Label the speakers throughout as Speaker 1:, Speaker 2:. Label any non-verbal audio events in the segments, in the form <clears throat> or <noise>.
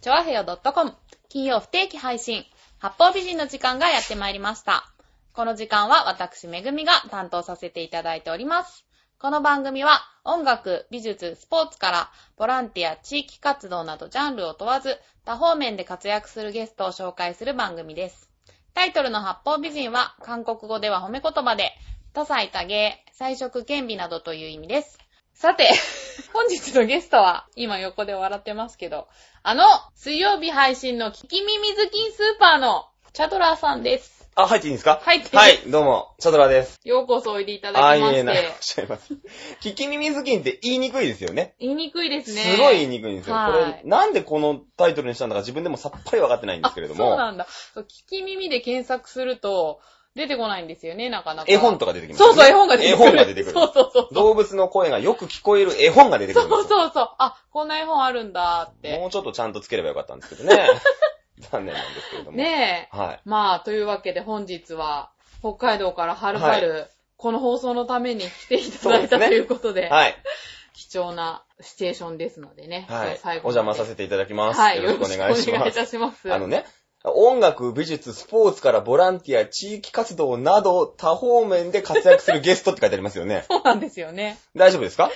Speaker 1: チョアヘヨ .com 金曜不定期配信、八方美人の時間がやってまいりました。この時間は私、めぐみが担当させていただいております。この番組は音楽、美術、スポーツからボランティア、地域活動などジャンルを問わず多方面で活躍するゲストを紹介する番組です。タイトルの八方美人は韓国語では褒め言葉で多彩多芸、彩色兼備などという意味です。さて、 <laughs> 本日のゲストは、今横で笑ってますけど、あの、水曜日配信の聞き耳ズキンスーパーのチャドラーさんです。
Speaker 2: あ、入っていいんですか
Speaker 1: 入っていい
Speaker 2: はい、どうも、シャトラです。
Speaker 1: ようこそおいでいただ
Speaker 2: あ
Speaker 1: きま
Speaker 2: い
Speaker 1: し。
Speaker 2: え、な、おってしゃいます。聞き耳ずきんって言いにくいですよね。
Speaker 1: 言いにくいです
Speaker 2: す
Speaker 1: ね。
Speaker 2: ごい言いにくいんですよ。こ
Speaker 1: はい
Speaker 2: れ、なんでこのタイトルにしたんだか自分でもさっぱりわかってないんですけれど
Speaker 1: あそう
Speaker 2: も、
Speaker 1: なんだ。そう聞き耳で検索すると、出てこないんですよね、なかなか。
Speaker 2: 絵本
Speaker 1: と
Speaker 2: とか出てきます、
Speaker 1: そうそう、絵本が出てくる。
Speaker 2: 絵本が出てくる
Speaker 1: そうそうそう。
Speaker 2: 動物の声がよく聞こえる絵本が出てく
Speaker 1: そ
Speaker 2: るんですよ
Speaker 1: うそうそう。あ、こんな絵本あるんだって。
Speaker 2: もうちょっとちゃんとつければよかったんですけどね。 <laughs> 残念なんですけれども。
Speaker 1: ねえ。
Speaker 2: はい。
Speaker 1: まあ、というわけで本日は、北海道からはるばる、この放送のために来ていただいた
Speaker 2: そうですね
Speaker 1: ということで、
Speaker 2: はい。
Speaker 1: 貴重なシチュエーションですのでね。
Speaker 2: はい。お
Speaker 1: まで
Speaker 2: 邪魔させていただきます。
Speaker 1: はい、
Speaker 2: よ
Speaker 1: よ
Speaker 2: ろ
Speaker 1: ろ
Speaker 2: し
Speaker 1: し
Speaker 2: く
Speaker 1: く
Speaker 2: お
Speaker 1: お
Speaker 2: 願
Speaker 1: 願
Speaker 2: い
Speaker 1: い
Speaker 2: し
Speaker 1: し
Speaker 2: ま
Speaker 1: ますす。。いたします。。
Speaker 2: あのね、音楽、美術、スポーツからボランティア、地域活動など多方面で活躍するゲストって書いてありますよね
Speaker 1: <laughs> そうなんですよね。
Speaker 2: 大丈夫ですか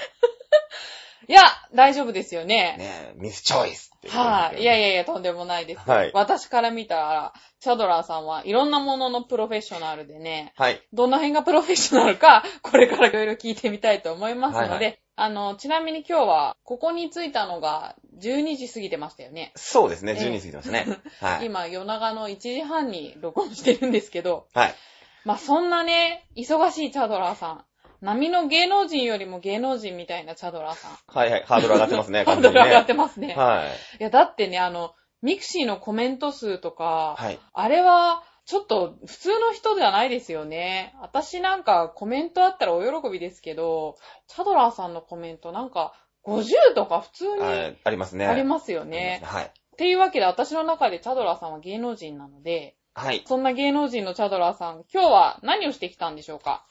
Speaker 1: いや、大丈夫ですよね。
Speaker 2: ねえ、ミスチョイスって
Speaker 1: はい、いやい
Speaker 2: や。
Speaker 1: やいや、とんでもないです。
Speaker 2: はい
Speaker 1: 私から見たら、チャドラーさんはいろんなもののプロフェッショナルでね、
Speaker 2: はい。
Speaker 1: どの辺がプロフェッショナルか、 <laughs> これからいろいろ聞いてみたいと思いますので、
Speaker 2: はいは
Speaker 1: あの、ちなみに今日は、ここに着いたのが12時過ぎてましたよね。
Speaker 2: そうですね、
Speaker 1: ええ
Speaker 2: 12過ぎてましたね。
Speaker 1: <laughs>
Speaker 2: はい。
Speaker 1: 今、夜中の1時半に録音してるんですけど、
Speaker 2: はい。
Speaker 1: まあ、そんなね、忙しいチャドラーさん。波の芸能人よりも芸能人みたいなチャドラーさ
Speaker 2: <laughs>
Speaker 1: ん。
Speaker 2: はいはい。ハードル上がってますね、
Speaker 1: <laughs> ハー
Speaker 2: 完
Speaker 1: ド
Speaker 2: 全に
Speaker 1: ル上がっ
Speaker 2: ね。
Speaker 1: てますね。
Speaker 2: はい。
Speaker 1: いや、だってね、あの、ミクシーのコメント数とか、
Speaker 2: はい。
Speaker 1: あれは、ちょっと普通の人ではないですよね。私なんかコメントあったらお喜びですけど、チャドラーさんのコメントなんか50とか普通
Speaker 2: あ
Speaker 1: に
Speaker 2: ありますね。
Speaker 1: あり
Speaker 2: す
Speaker 1: ますよね。
Speaker 2: はい。
Speaker 1: っていうわけで私の中でチャドラーさんは芸能人なので、
Speaker 2: はい。
Speaker 1: そんな芸能人のチャドラーさん、今日は何をしてきたんでしょうか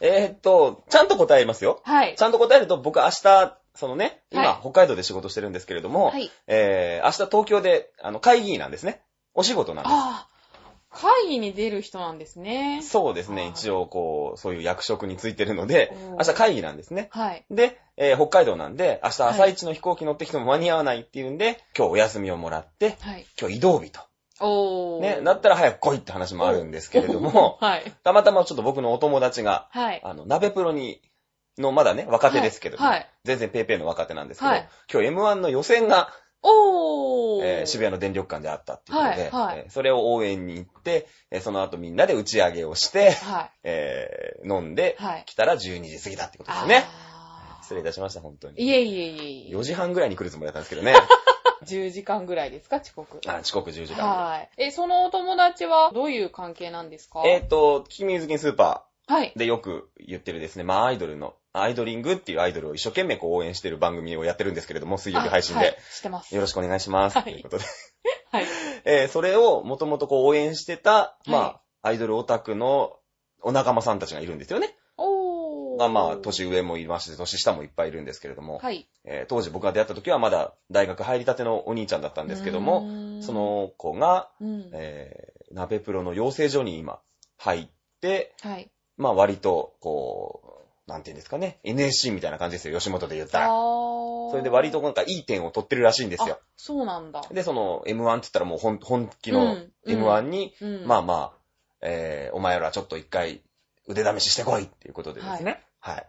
Speaker 2: えーっと、ちゃんと答えますよ。
Speaker 1: はい
Speaker 2: ち。ゃんと答えると僕明日、そのね、
Speaker 1: は
Speaker 2: 今、北海道で仕事してるんですけれども、
Speaker 1: い。
Speaker 2: えー、明日東京で、あの、会議なんですね。お仕事なんです。
Speaker 1: ああ、会議に出る人なんですね。
Speaker 2: そうです
Speaker 1: は
Speaker 2: ね。
Speaker 1: い
Speaker 2: 一応、こう、そういう役職についてるので、
Speaker 1: おー
Speaker 2: 明日会議なんですね。
Speaker 1: はい。
Speaker 2: で、えー北海道なんで、明日
Speaker 1: はい
Speaker 2: 朝一の飛行機乗ってきても間に合わないっていうんで、今日お休みをもらって、
Speaker 1: はい。
Speaker 2: 今日移動日と。
Speaker 1: おー。、
Speaker 2: ね、だったら早く来いって話もあるんですけれども
Speaker 1: <laughs> はい。
Speaker 2: たまたまちょっと僕のお友達が、
Speaker 1: はい。
Speaker 2: あの、鍋プロに、のまだね、若手ですけれども、
Speaker 1: はいはい
Speaker 2: 全然ペーペーの若手なんですけど、
Speaker 1: はい
Speaker 2: 今日 M1 の予選が、
Speaker 1: おー。
Speaker 2: えー渋谷の電力館であったっていうの
Speaker 1: はい
Speaker 2: で、
Speaker 1: はい
Speaker 2: えーそれを応援に行って、えーその後みんなで打ち上げをして、
Speaker 1: は
Speaker 2: えー飲んで
Speaker 1: い。、はい。
Speaker 2: 来たら12時過ぎだってことですね。
Speaker 1: あー
Speaker 2: 失礼いたしました、本当に。
Speaker 1: いえいえいえいえ
Speaker 2: 4。時半ぐらいに来るつもりだったん
Speaker 1: <laughs>
Speaker 2: ですけどね。
Speaker 1: 10時間ぐらいですか、遅刻。
Speaker 2: あ遅刻10時間。
Speaker 1: はい。え、そのお友達はどういう関係なんですか
Speaker 2: えっ、と、君水金スーパ
Speaker 1: はい。
Speaker 2: ーでよく言ってるですね、まあアイドルの、アイドリングっていうアイドルを一生懸命こう応援してる番組をやってるんですけれども、水曜日配信で。
Speaker 1: あはい、してます。
Speaker 2: よろしくお願いします。
Speaker 1: はい
Speaker 2: ということで。
Speaker 1: <laughs> はい。
Speaker 2: <laughs> えーそれをもともとこう応援してた、まあ、
Speaker 1: は
Speaker 2: アイドルオタクのお仲間さんたちがいるんですよね。
Speaker 1: おー。
Speaker 2: まあまあ、年上もいまして、年下もいっぱいいるんですけれども、
Speaker 1: はい。
Speaker 2: えー当時僕が出会った時はまだ大学入りたてのお兄ちゃんだったんですけども、
Speaker 1: も
Speaker 2: そ、の子が、
Speaker 1: うん。
Speaker 2: えー、鍋プロの養成所に今入って、
Speaker 1: はい。
Speaker 2: まあ割と、こう、なんていうんですかね、NSC みたいな感じですよ、吉本で言った
Speaker 1: あ
Speaker 2: ら。
Speaker 1: ー。
Speaker 2: それで割となんかいい点を取ってるらしいんですよ
Speaker 1: あ。。そうなんだ。
Speaker 2: で、その M1 って言ったらもう本本気
Speaker 1: う
Speaker 2: の
Speaker 1: んうん
Speaker 2: M1 に、
Speaker 1: うん。
Speaker 2: まあまあ、えー、お前らちょっと一回腕試ししてこいっていうことでですね、はい、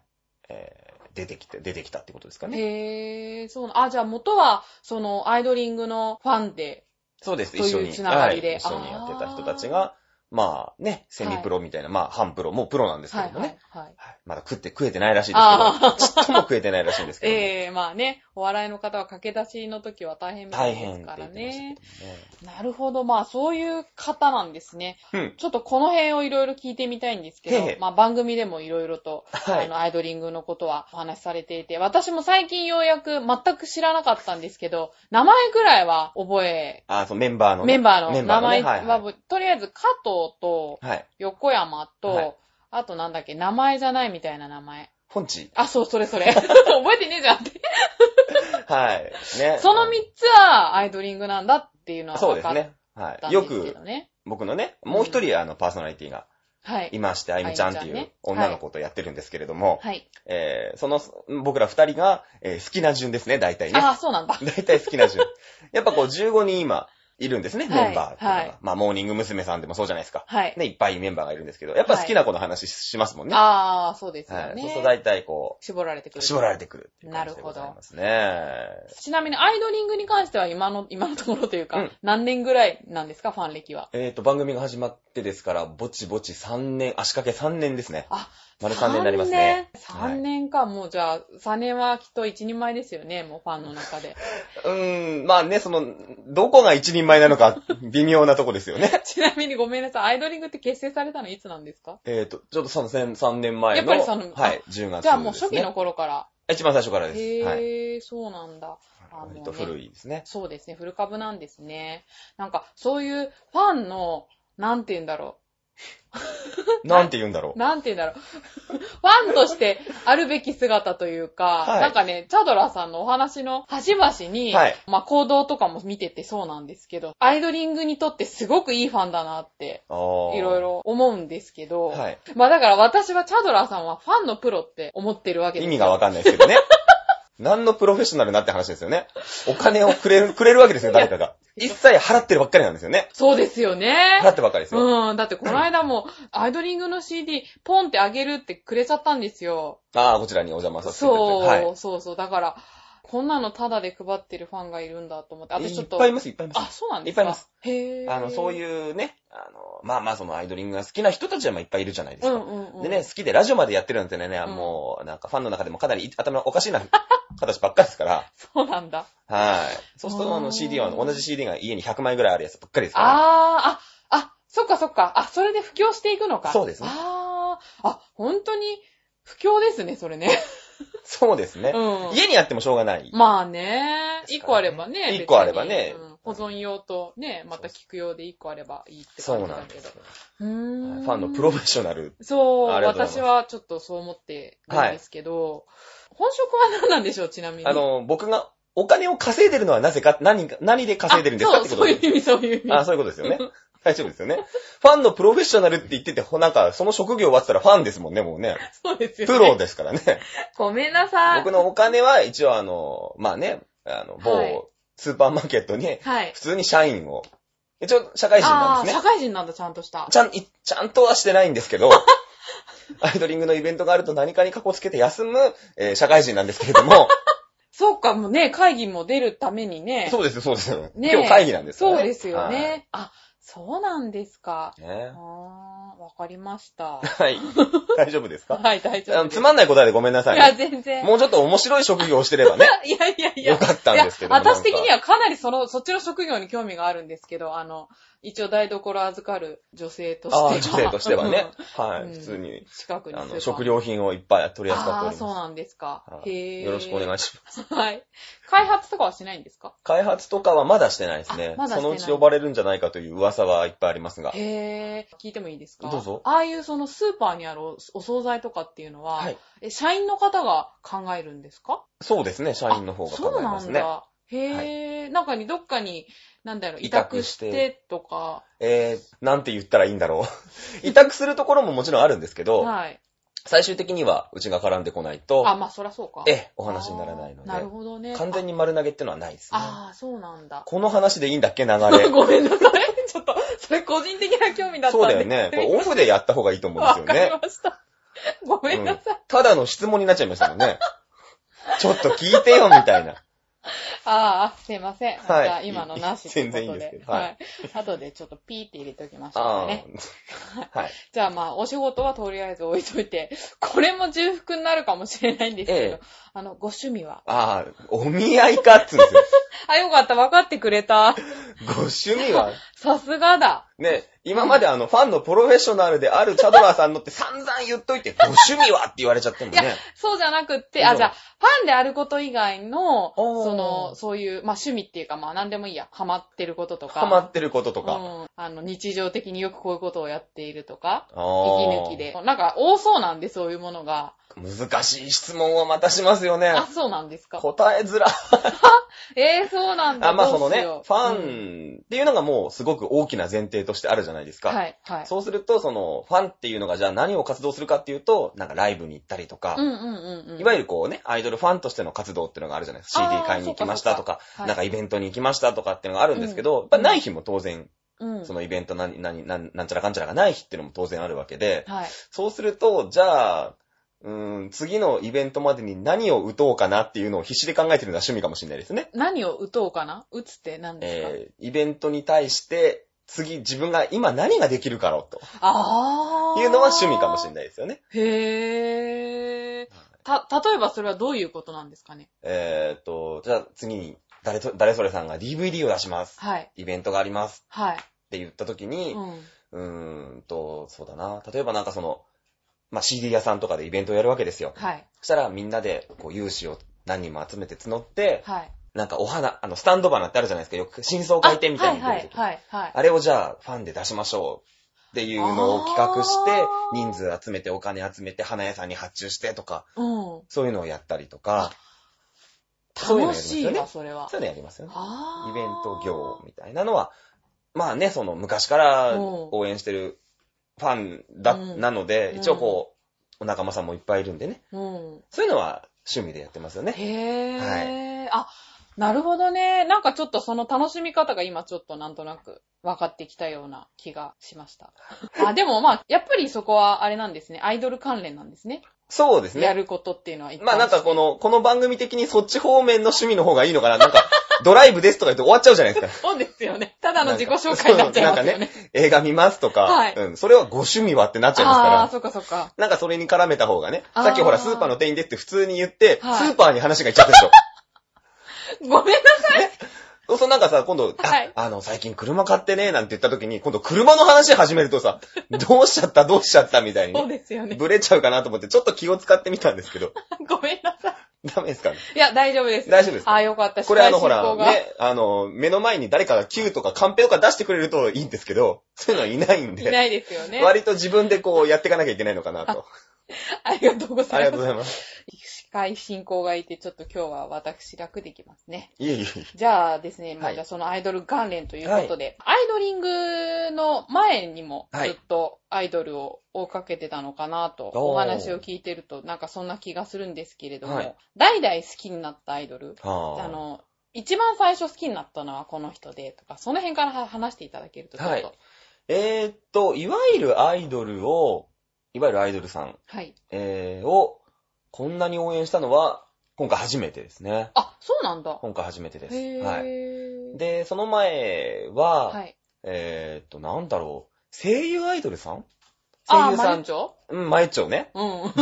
Speaker 2: えー、出てきて、出てきたってことですかね。
Speaker 1: へー、そうなあ、じゃあ元は、その、アイドリングのファンで、
Speaker 2: そうです、
Speaker 1: という
Speaker 2: 一緒に、
Speaker 1: つなが
Speaker 2: はい、
Speaker 1: りで
Speaker 2: 一緒にやってた人たちが、まあね、セミプロみたいな、まあ半プロ、もうプロなんですけ
Speaker 1: は
Speaker 2: ど
Speaker 1: い、
Speaker 2: もね、
Speaker 1: はい、はい。
Speaker 2: はいまだ食って食えてないらしいですけど
Speaker 1: あ、
Speaker 2: ちっとも食えてないらしいんですけども、
Speaker 1: <laughs> ええまあね、お笑いの方は駆け出しの時は大変みた
Speaker 2: 大
Speaker 1: いで
Speaker 2: 変っ
Speaker 1: す
Speaker 2: て
Speaker 1: から
Speaker 2: 言ってましたけ
Speaker 1: ね。
Speaker 2: どね。
Speaker 1: なるほど、まあそういう方なんですね。
Speaker 2: うん
Speaker 1: ちょっとこの辺をいろいろ聞いてみたいんですけど、
Speaker 2: へえ
Speaker 1: まあ番組でもいろいろと、
Speaker 2: は
Speaker 1: あ
Speaker 2: い。
Speaker 1: の、アイドリングのことはお話しされていて、私も最近ようやく全く知らなかったんですけど、名前ぐらいは覚え、
Speaker 2: あ、そう、メンバーのね、
Speaker 1: メンバーの名前
Speaker 2: ね
Speaker 1: は、
Speaker 2: はいはい
Speaker 1: とりあえず加藤と
Speaker 2: はい。
Speaker 1: 横山と、
Speaker 2: はい
Speaker 1: あとなんだっけ、名前じゃないみたいな名前。
Speaker 2: 本地。
Speaker 1: あ、そう、それ
Speaker 2: <laughs>
Speaker 1: それ。覚えてねえじゃんって。
Speaker 2: はい。ね。
Speaker 1: その3つはアイドリングなんだっていうのは
Speaker 2: そう
Speaker 1: 分
Speaker 2: で
Speaker 1: か
Speaker 2: す
Speaker 1: っ
Speaker 2: ね。は
Speaker 1: たん
Speaker 2: い。よ
Speaker 1: ですけ
Speaker 2: く
Speaker 1: ど、ね。
Speaker 2: 僕のね、もう一人、あの、パーソナリティが
Speaker 1: はい。
Speaker 2: いまして、あゆみちゃんってい
Speaker 1: あゆみちゃん
Speaker 2: う
Speaker 1: ね
Speaker 2: 女の子とやってるんですけれども、
Speaker 1: はい。
Speaker 2: えー、その、僕ら二人が、えー好きな順ですね、大体ね。
Speaker 1: ああ、そうなんだ。
Speaker 2: 大体好きな順。やっぱこう、15人今、いるんですね、
Speaker 1: はい
Speaker 2: メンバーっていうのが。
Speaker 1: はい
Speaker 2: まあ、モーニング娘。さんでもそうじゃないですか。
Speaker 1: はい。
Speaker 2: ね、いっぱいメンバーがいるんですけど、やっぱ好きな子の話しますもんね。
Speaker 1: ああ、そうです
Speaker 2: は
Speaker 1: よ
Speaker 2: い。
Speaker 1: ね。
Speaker 2: そうすると大体こ
Speaker 1: 絞られてく
Speaker 2: う、
Speaker 1: る。
Speaker 2: 絞られてくるっていう感じ
Speaker 1: なる
Speaker 2: で
Speaker 1: ほ
Speaker 2: ご
Speaker 1: ど
Speaker 2: ざいますね。
Speaker 1: ちなみにアイドリングに関しては今の、今のところというか、
Speaker 2: うん
Speaker 1: 何年ぐらいなんですか、ファン歴は。
Speaker 2: えっ、と、番組が始まってですから、ぼちぼち3年、足掛け3年ですね。
Speaker 1: あ、
Speaker 2: 丸3年になりますね。
Speaker 1: 3年 ,3 年か、もうじゃあ、3年はきっと一人前ですよね、もうファンの中で。
Speaker 2: うーん、まあね、その、どこが一人前な
Speaker 1: <laughs>
Speaker 2: のか、微妙なとこですよね。
Speaker 1: ちなみにごめんなさい、アイドリングって結成されたのいつなんですか
Speaker 2: えっと、ちょっとその3 3年前の、
Speaker 1: やっぱりその
Speaker 2: はい、10月です、ね。
Speaker 1: じゃあもう初期の。頃から。
Speaker 2: 一番最初からです。はい。
Speaker 1: へえ、そうなんだ。あ
Speaker 2: 割
Speaker 1: も
Speaker 2: と
Speaker 1: うね
Speaker 2: 古いですね。
Speaker 1: そうですね、古株なんですね。なんか、そういうファンの、なんて言うんだろ
Speaker 2: なんて言うんだろ
Speaker 1: う。なんて言うんだろ <laughs> う。ファンとしてあるべき姿というか、
Speaker 2: はい
Speaker 1: なんかね、チャドラさんのお話の端々に、
Speaker 2: はい
Speaker 1: まあ行動とかも見ててそうなんですけど、アイドリングにとってすごくいいファンだなって、
Speaker 2: う。あー
Speaker 1: いろい。ろ思うんですけど、
Speaker 2: はい。
Speaker 1: まあだから私はチャドラさんはファンのプロって思ってるわけです
Speaker 2: 意
Speaker 1: よ
Speaker 2: 味がわかんないですけ
Speaker 1: <laughs>
Speaker 2: どね。何のプロフェッショナルなって話ですよね。お金をくれる、くれるわけですよ、誰かが。一切払ってるばっかりなんですよね。
Speaker 1: そうですよね。
Speaker 2: 払ってばっかりですよ。
Speaker 1: うん。だってこの間も、 <clears throat> アイドリングの CD、ポンってあげるってくれちゃったんですよ。
Speaker 2: ああ、こちらにお邪魔させていただいて。
Speaker 1: そう、
Speaker 2: はい。
Speaker 1: そうそう。だから、こんなのタダで配ってるファンがいるんだと思って。私ちょっと。
Speaker 2: いっぱいいます、いっぱいいます。
Speaker 1: あ、そうなんですか
Speaker 2: いっぱいいます。
Speaker 1: へー。
Speaker 2: あの、そう
Speaker 1: う。
Speaker 2: いうね、あの、まあまあそのアイドリングが好きな人たちはいっぱいいるじゃないです
Speaker 1: う
Speaker 2: か。
Speaker 1: んうんうん。
Speaker 2: でね、好きでラジオまでやってるなんてね、
Speaker 1: ん
Speaker 2: もう、なんかファンの中でもかなり頭おかしいな形ばっかりですから、
Speaker 1: そうなんだ。
Speaker 2: はい。そうすると、あ
Speaker 1: う
Speaker 2: の
Speaker 1: ん
Speaker 2: CD は、同じ CD が家に100枚ぐらいあるやつばっかりですから、
Speaker 1: あー、あ、あ、そっかそっか。あ、それで布教していくのか。
Speaker 2: そうですね
Speaker 1: あー、あ、本当に、布教ですね、それね。
Speaker 2: そうですね。
Speaker 1: うん。
Speaker 2: 家にあってもしょうがない。
Speaker 1: まあね、一個あればね。
Speaker 2: 一個あればね
Speaker 1: 別にうん保存用とね、また聞く用で一個あればいいって
Speaker 2: そ
Speaker 1: 感
Speaker 2: う
Speaker 1: じ
Speaker 2: な
Speaker 1: だ
Speaker 2: ん
Speaker 1: け
Speaker 2: で
Speaker 1: ど
Speaker 2: す。よ。
Speaker 1: うー
Speaker 2: はい
Speaker 1: ん
Speaker 2: ファンのプロフェッショナル。
Speaker 1: そう、
Speaker 2: ありがとうござ
Speaker 1: 私
Speaker 2: います
Speaker 1: はちょっとそう思ってるんですけど、本職は何なんでしょう、ちなみに。
Speaker 2: あの、僕がお金を稼いでるのはなぜか、何か、何で稼いでるんですか
Speaker 1: あ
Speaker 2: ってこ
Speaker 1: そう、
Speaker 2: と
Speaker 1: そう
Speaker 2: で
Speaker 1: いう意味、そういう意味。
Speaker 2: あ、そういうことですよね。大丈夫ですよね。ファンのプロフェッショナルって言ってて、ほなんか、その職業はって言ったらファンですもんね、もうね。
Speaker 1: そうですよ、ね。
Speaker 2: プロですからね。
Speaker 1: ごめんなさい。
Speaker 2: 僕のお金は一応あの、まあね、あの、
Speaker 1: はい
Speaker 2: 某スーパーマーケットに、
Speaker 1: はい
Speaker 2: 普。通に社員を、一応社会人な
Speaker 1: あ
Speaker 2: ん
Speaker 1: あー、
Speaker 2: です
Speaker 1: 社
Speaker 2: ね。
Speaker 1: 会人なんだ、ちゃんとした。
Speaker 2: ちゃん、いちゃんとはしてないんで
Speaker 1: <laughs>
Speaker 2: すけど、アイドリングのイベントがあると何かにかこつけて休む、えー社会人なんですけれ
Speaker 1: <laughs>
Speaker 2: ども、
Speaker 1: そうか、もうね、会議も出るためにね。
Speaker 2: そうですよ、そう <laughs> ですよ。
Speaker 1: ね
Speaker 2: 今日会議なんですから
Speaker 1: そうですよ。ね。あ、そうなんですか。
Speaker 2: はいね
Speaker 1: あー、わかりました。 <laughs>
Speaker 2: はい。大丈夫ですか
Speaker 1: はい、大丈
Speaker 2: あ
Speaker 1: 夫
Speaker 2: の
Speaker 1: です。
Speaker 2: つまんない答えでごめんなさ
Speaker 1: いや、
Speaker 2: い。
Speaker 1: 全然。
Speaker 2: もうちょっと面白い職業をしてればね。
Speaker 1: いやいやいや。
Speaker 2: よかったんですけど
Speaker 1: いや私
Speaker 2: なんか
Speaker 1: 的にはかなりその、そっちの職業に興味があるんですけど、あの、一応台所預かる女性として
Speaker 2: あ
Speaker 1: は。
Speaker 2: あ、女性としてはね。は
Speaker 1: うん
Speaker 2: い、普通
Speaker 1: <laughs>
Speaker 2: に
Speaker 1: うん。。近くに
Speaker 2: あ
Speaker 1: スーパ
Speaker 2: の、
Speaker 1: ー
Speaker 2: 食料品をいっぱい取り扱って
Speaker 1: あ
Speaker 2: お
Speaker 1: あ、
Speaker 2: り
Speaker 1: そう
Speaker 2: ま
Speaker 1: なんですか
Speaker 2: す。は。
Speaker 1: へ
Speaker 2: い
Speaker 1: え。
Speaker 2: よろしくお願
Speaker 1: い
Speaker 2: いします。
Speaker 1: します。はい。開発とかはしないんですか
Speaker 2: 開発とかはまだしてないですね
Speaker 1: あま。だして
Speaker 2: そ
Speaker 1: な
Speaker 2: の
Speaker 1: いう
Speaker 2: ち呼ばれるんじゃないかという噂はいっぱいありますが。
Speaker 1: へえ。聞いてもいいですか
Speaker 2: どうぞ
Speaker 1: ああいうそのスーパーにあるおお惣菜とかっていうのは、
Speaker 2: はい。
Speaker 1: え、社員の方が考えるんですか
Speaker 2: そうですね、社員の方が考えますね
Speaker 1: そう。なんだ。へえ。なんかにどっかに、なんだろう、委
Speaker 2: 委託
Speaker 1: 託し
Speaker 2: して
Speaker 1: てとか。
Speaker 2: えー、なんて言ったらいいんだろう。委 <laughs> 託するところももちろんあるんですけど、
Speaker 1: はい。
Speaker 2: 最終的にはうちが絡んでこないと、
Speaker 1: あ、まあそりゃそうか。
Speaker 2: ええ、お話にならないの
Speaker 1: あーなる
Speaker 2: で、
Speaker 1: ほどね。
Speaker 2: 完全に丸投げってのはないですね。
Speaker 1: ああー、そうなんだ。
Speaker 2: この話でいいんだっけ、流
Speaker 1: <laughs>
Speaker 2: れ。
Speaker 1: ごめんなさい。ちょっと、それ個人的な興味だったん
Speaker 2: そう
Speaker 1: で。
Speaker 2: だよね。これオフでやった方がいいと思うんで
Speaker 1: わ
Speaker 2: す
Speaker 1: か
Speaker 2: よ
Speaker 1: り
Speaker 2: ね。
Speaker 1: ました。ごめんなさい。
Speaker 2: ただの質問になっちゃいましたもん
Speaker 1: <laughs>
Speaker 2: ね。ちょっと聞いてよ、みたいな。
Speaker 1: ああ、すいません。
Speaker 2: はい
Speaker 1: じゃあ今のなしってことで。
Speaker 2: 全然いいですけどはい
Speaker 1: い。後でちょっとピーって入れておきましょうか
Speaker 2: あ
Speaker 1: ね。
Speaker 2: あ。はい。
Speaker 1: じゃあまあ、お仕事はとりあえず置いといて、 <laughs> これも重複になるかもしれないんですけど、
Speaker 2: ええ
Speaker 1: あの、ご趣味は
Speaker 2: ああ、お見合いかっつうんですよ。
Speaker 1: あ、よかった、分かってくれた。 <laughs>
Speaker 2: ご趣味は、
Speaker 1: さすがだ。
Speaker 2: ね、今まであの、ファンのプロフェッショナルであるチャドラーさんのって散々言っといて、ご趣味はって言われちゃっても
Speaker 1: いや
Speaker 2: ね。
Speaker 1: そうじゃなくって、
Speaker 2: う
Speaker 1: あ、
Speaker 2: ん
Speaker 1: じゃあ、ファンであること以外の、
Speaker 2: おー
Speaker 1: その、そういう、まあ趣味っていうか、まあ何でもいいや、ハマってることとか。
Speaker 2: ハマってることと
Speaker 1: う
Speaker 2: か。
Speaker 1: ん。あの、日常的によくこういうことをやっているとか。
Speaker 2: あ
Speaker 1: 息
Speaker 2: ー
Speaker 1: 抜きで。なんか多そうなんで、そういうものが。
Speaker 2: 難しい質問をまたしますよね。
Speaker 1: あ、そうなんですか。
Speaker 2: 答えづら。
Speaker 1: えー、そうなんだ。
Speaker 2: あ、まあ
Speaker 1: ど
Speaker 2: そうの
Speaker 1: し
Speaker 2: ね、フ
Speaker 1: よううん
Speaker 2: ァンっていうのがもうすごく大きな前提としてあるじゃないですか。
Speaker 1: はい、はい。
Speaker 2: そうすると、その、ファンっていうのがじゃあ何を活動するかっていうと、なんかライブに行ったりとか、
Speaker 1: うんうんうんうん。
Speaker 2: いわ
Speaker 1: ゆる
Speaker 2: ゆるこうね、アイドルファンとしての活動っていうのがあるじゃないですか。
Speaker 1: あ
Speaker 2: CD
Speaker 1: ー
Speaker 2: 買いに行きました
Speaker 1: そ
Speaker 2: とか、
Speaker 1: うかそうかはい
Speaker 2: なんかイベントに行きましたとかっていうのがあるんですけど、やっぱない日も当然、
Speaker 1: うん、
Speaker 2: そのイベントな、な、な、なんちゃらかんちゃらがない日っていうのも当然あるわけで、
Speaker 1: はい。
Speaker 2: そうすると、じゃあ、うーん、次のイベントまでに何を打とうかなっていうのを必死で考えてるのが趣味かもしれないですね。
Speaker 1: 何を打とうかな打つって何ですか、
Speaker 2: えー、イベントに対して、次自分が今何ができるかろうと
Speaker 1: ああ。
Speaker 2: いうのは趣味かもし
Speaker 1: な
Speaker 2: れ
Speaker 1: い。
Speaker 2: ないですよね。
Speaker 1: へえ。た、例えばそれはどういうことなんですかね
Speaker 2: えーっと、じゃあ次に、誰と、誰それさんが DVD を出します。
Speaker 1: はい。
Speaker 2: イベントがあります
Speaker 1: はい。
Speaker 2: って言った時に
Speaker 1: う、ん。
Speaker 2: うーんと、そうだな。例えばなんかその、まあ、CD 屋さんとかでイベントをやるわけですよ。
Speaker 1: はい。
Speaker 2: そしたらみんなで、こう、有志を何人も集めて募って、
Speaker 1: はい。
Speaker 2: なんかお花、あの、スタンド花ってあるじゃないですか。よく、真相回転みたいに
Speaker 1: あは
Speaker 2: 出
Speaker 1: い
Speaker 2: てる時
Speaker 1: はいはいはい。
Speaker 2: あれをじゃあ、ファンで出しましょう。っていうのを企画して
Speaker 1: あー、
Speaker 2: 人数集めて、お金集めて、花屋さんに発注してとか、
Speaker 1: うん。
Speaker 2: そういうのをやったりとか、そうい
Speaker 1: 楽
Speaker 2: うのやります
Speaker 1: しい
Speaker 2: よね
Speaker 1: わ、それは。
Speaker 2: そういうのやりますよね。
Speaker 1: ああ。
Speaker 2: イベント業みたいなのは、まあね、その昔から
Speaker 1: うん
Speaker 2: 応援してるファンだ、
Speaker 1: うん
Speaker 2: なので、
Speaker 1: うん
Speaker 2: 一応こう、お仲間さんもいっぱいいるんでね。
Speaker 1: うん。
Speaker 2: そういうのは趣味でやってますよね。
Speaker 1: へー。あ、なるほどね。なんかちょっとその楽しみ方が今ちょっとなんとなく分かってきたような気がしま
Speaker 2: <laughs>
Speaker 1: した。あ、でもまあ、やっぱりそこはあれなんですね。アイドル関連なんですね。
Speaker 2: そうです
Speaker 1: や
Speaker 2: ね。
Speaker 1: ることっていうのは一
Speaker 2: まあなんかこの、この番組的にそっち方面の趣味の方がいいのかな。なんか、 <laughs> ドライブですとか言って終わっちゃうじゃないですか。
Speaker 1: そうですよね。ただの自己紹介になっちゃいますよね。
Speaker 2: なん映画見ますとか、
Speaker 1: はい
Speaker 2: うん。それはご趣味はってなっちゃいますか
Speaker 1: ああー、
Speaker 2: ら。
Speaker 1: そっかそっか。
Speaker 2: なんかそれに絡めた方がね。
Speaker 1: あー
Speaker 2: さっきほら、スーパーの店員ですって普通に言って、
Speaker 1: はい
Speaker 2: スーパーに話がいっちゃったでしょ。
Speaker 1: ごめんな
Speaker 2: そうそうなんかさ、今度、
Speaker 1: <laughs>
Speaker 2: あ
Speaker 1: はい
Speaker 2: あの、最近車買ってね、なんて言った時に、今度車の話始めるとさ、どうしちゃった、どうしちゃったみたいに
Speaker 1: さい。そう
Speaker 2: ね、
Speaker 1: ですよね。
Speaker 2: ブレちゃうかなと思って、ちょっと気を使ってみたんですけど、
Speaker 1: ごめんなさい。
Speaker 2: ダメですかね。
Speaker 1: いや、大丈夫です。
Speaker 2: 大丈夫ですか
Speaker 1: ああ、よかった。
Speaker 2: これあの、ほ
Speaker 1: 司会進
Speaker 2: ら、
Speaker 1: 行が
Speaker 2: ね、あの、目の前に誰かが Q とかカンペとか出してくれるといいんですけど、 <laughs> そういうのはいないん
Speaker 1: い
Speaker 2: で、
Speaker 1: ないですよね。
Speaker 2: 割と自分でこうやっていかなきゃいけないの
Speaker 1: <laughs>
Speaker 2: かなと。
Speaker 1: ありがとうご
Speaker 2: あ
Speaker 1: ざ
Speaker 2: り
Speaker 1: い
Speaker 2: がとう
Speaker 1: ます。
Speaker 2: ございます。
Speaker 1: 司会進行がいて、ちょっと今日は私楽できますね。
Speaker 2: いえいえいえ。
Speaker 1: じゃあですね、ま
Speaker 2: は
Speaker 1: あ、
Speaker 2: い
Speaker 1: じゃあそのアイドル関連ということで、アイドリングの前にも
Speaker 2: はい
Speaker 1: ずっとアイドルを追いかけてたのかなと、
Speaker 2: おー
Speaker 1: お話を聞いてると、なんかそんな気がするんですけれども、
Speaker 2: はい
Speaker 1: 代々好きになったアイドル、
Speaker 2: は
Speaker 1: あの、一番最初好きになったのはこの人でとか、その辺からは話していただけるとちょっと。
Speaker 2: えーっと、いわゆるアイドルを、いわゆるアイドルさん
Speaker 1: はい。
Speaker 2: えーを、こんなに応援したのは、今回初めてですね。
Speaker 1: あ、そうなんだ。
Speaker 2: 今回初めてです。
Speaker 1: へぇー。
Speaker 2: はい。で、その前は、
Speaker 1: はい。
Speaker 2: えーっと、なんだろう、声優アイドルさん
Speaker 1: あ
Speaker 2: 声
Speaker 1: ー、
Speaker 2: 優さ
Speaker 1: マ
Speaker 2: ん
Speaker 1: ル、チョ
Speaker 2: うん、前町ね。 <laughs>
Speaker 1: うん。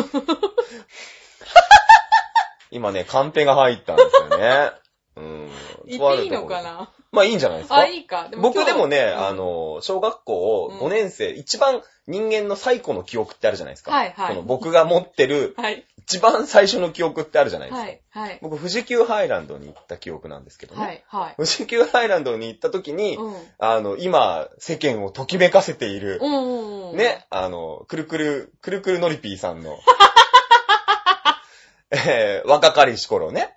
Speaker 2: 今ね、カンペが入ったんです
Speaker 1: <laughs>
Speaker 2: よね。うん。
Speaker 1: 言
Speaker 2: と
Speaker 1: っ
Speaker 2: あ
Speaker 1: てい
Speaker 2: る
Speaker 1: い
Speaker 2: と
Speaker 1: の
Speaker 2: ころ
Speaker 1: かな
Speaker 2: まあいいんじゃないですか。
Speaker 1: あ、いいか。今
Speaker 2: 僕
Speaker 1: 日
Speaker 2: でもね、
Speaker 1: うん
Speaker 2: あの、小学校
Speaker 1: うん
Speaker 2: 5年生、一番人間の最古の記憶ってあるじゃないですか。
Speaker 1: はいはい
Speaker 2: その僕が持ってる
Speaker 1: はい。
Speaker 2: 一番最初の記憶ってあるじゃないですか。
Speaker 1: はい。はい。
Speaker 2: 僕、富士急ハイランドに行った記憶なんですけどね。
Speaker 1: はい。はい。
Speaker 2: 富士急ハイランドに行った時に、
Speaker 1: うん。
Speaker 2: あの、今、世間をときめかせている、
Speaker 1: うんうん。。
Speaker 2: ね、あの、くるくる、くるくるのりぴーさ
Speaker 1: <laughs>
Speaker 2: んの、えー若かりし頃ね、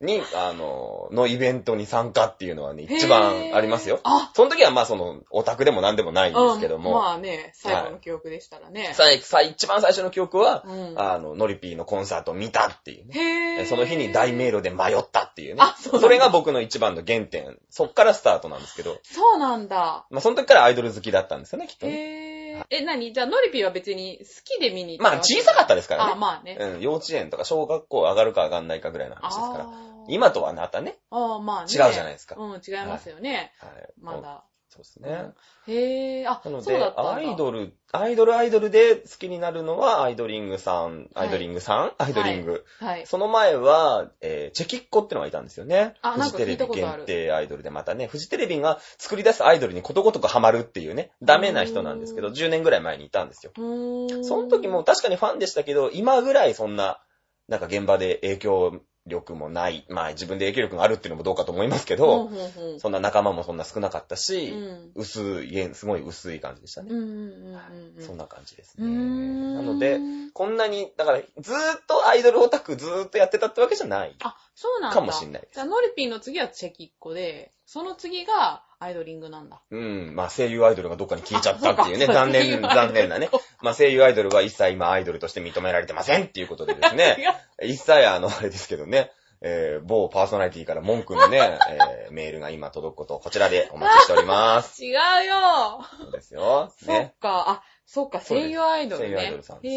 Speaker 2: に、あの、のイベントに参加っていうのはね、一番あります
Speaker 1: へー
Speaker 2: よ。
Speaker 1: あ、
Speaker 2: その時は、まあ、その、オタクでも何でもないんですけど
Speaker 1: うん
Speaker 2: も、
Speaker 1: まあね、最後の記憶でしたらね。
Speaker 2: さいさい一番最初の記憶は、
Speaker 1: うん。
Speaker 2: あの、のりぴーのコンサートを見たっていうね。
Speaker 1: へ
Speaker 2: え
Speaker 1: ぇー。
Speaker 2: その日に大迷路で迷ったっていうね。
Speaker 1: あそうなんだ
Speaker 2: それが僕の一番の原点。そっからスタートなんですけど。
Speaker 1: そうなんだ。
Speaker 2: まあ、その時からアイドル好きだったんですよね、きっとね。
Speaker 1: へぇー。え、なにじゃあ、ノリピーは別に好きで見に行った
Speaker 2: まあ、小さかったです
Speaker 1: た
Speaker 2: からね。
Speaker 1: あ、まあね。
Speaker 2: うん、幼稚園とか小学校上がるか上がんないかぐらいの話ですから。
Speaker 1: あー
Speaker 2: 今とはまたね。
Speaker 1: あーまあね。
Speaker 2: 違うじゃないですか
Speaker 1: うん、違いますよね。
Speaker 2: はい
Speaker 1: まだ。
Speaker 2: そうですね。
Speaker 1: へえ、あ、
Speaker 2: なの
Speaker 1: そう
Speaker 2: で
Speaker 1: だったんだ
Speaker 2: アイドル、アイドルアイドルで好きになるのはアイドリングさん、
Speaker 1: は
Speaker 2: ア
Speaker 1: い
Speaker 2: イドリングさん、アイドリング。
Speaker 1: はい。
Speaker 2: その前は、えーチェキッコってのがいたんですよね。
Speaker 1: あ
Speaker 2: フ
Speaker 1: なん
Speaker 2: ジ
Speaker 1: か
Speaker 2: テ
Speaker 1: 聞
Speaker 2: レ
Speaker 1: いた
Speaker 2: ビ
Speaker 1: ことある
Speaker 2: 限定アイドルでまたね、フジテレビが作り出すアイドルにことごとくハマるっていうね、ダメな人なんですけど、
Speaker 1: うーん
Speaker 2: 10年ぐらい前にいたんですよ。
Speaker 1: うーん。
Speaker 2: その時も、確かにファンでしたけど、今ぐらいそんな、なんか現場で影響力もない、まあ自分で影響力があるっていうのもどうかと思いますけ
Speaker 1: うん、
Speaker 2: ど、
Speaker 1: うんうん
Speaker 2: そんな仲間もそんな少なかった
Speaker 1: う
Speaker 2: し、
Speaker 1: ん。
Speaker 2: 薄い、すごい薄い感じでしたね。
Speaker 1: うんうんうんうんうん。
Speaker 2: そんな感じです
Speaker 1: うー
Speaker 2: ね。
Speaker 1: ん。
Speaker 2: なので、こんなに、だから、ずーっとアイドルオタクずーっとやってたってわけじゃない
Speaker 1: あ、そうなんだ。
Speaker 2: かもしれないです
Speaker 1: じゃあ、ノリピンの次はチェキっ子で、その次がアイドリングなんだ。
Speaker 2: うん。まあ、声優アイドルがどっかに消えちゃったっていうね、
Speaker 1: あそうか <laughs>
Speaker 2: 残念、残念なね。まあ、声優アイドルは一切今アイドルとして認められてませんっていうことでで
Speaker 1: <laughs>
Speaker 2: すね、
Speaker 1: 違う
Speaker 2: 一切あの、あれですけどね、えー、某パーソナリティから文句のね、 <laughs> えーメールが今届くことをこちらでお待ちしております。
Speaker 1: 違うよ。
Speaker 2: そうですよ。
Speaker 1: そっ
Speaker 2: ね。
Speaker 1: か、あ、そっか、
Speaker 2: そうです
Speaker 1: 声優アイドルね。
Speaker 2: 声優アイドルさんです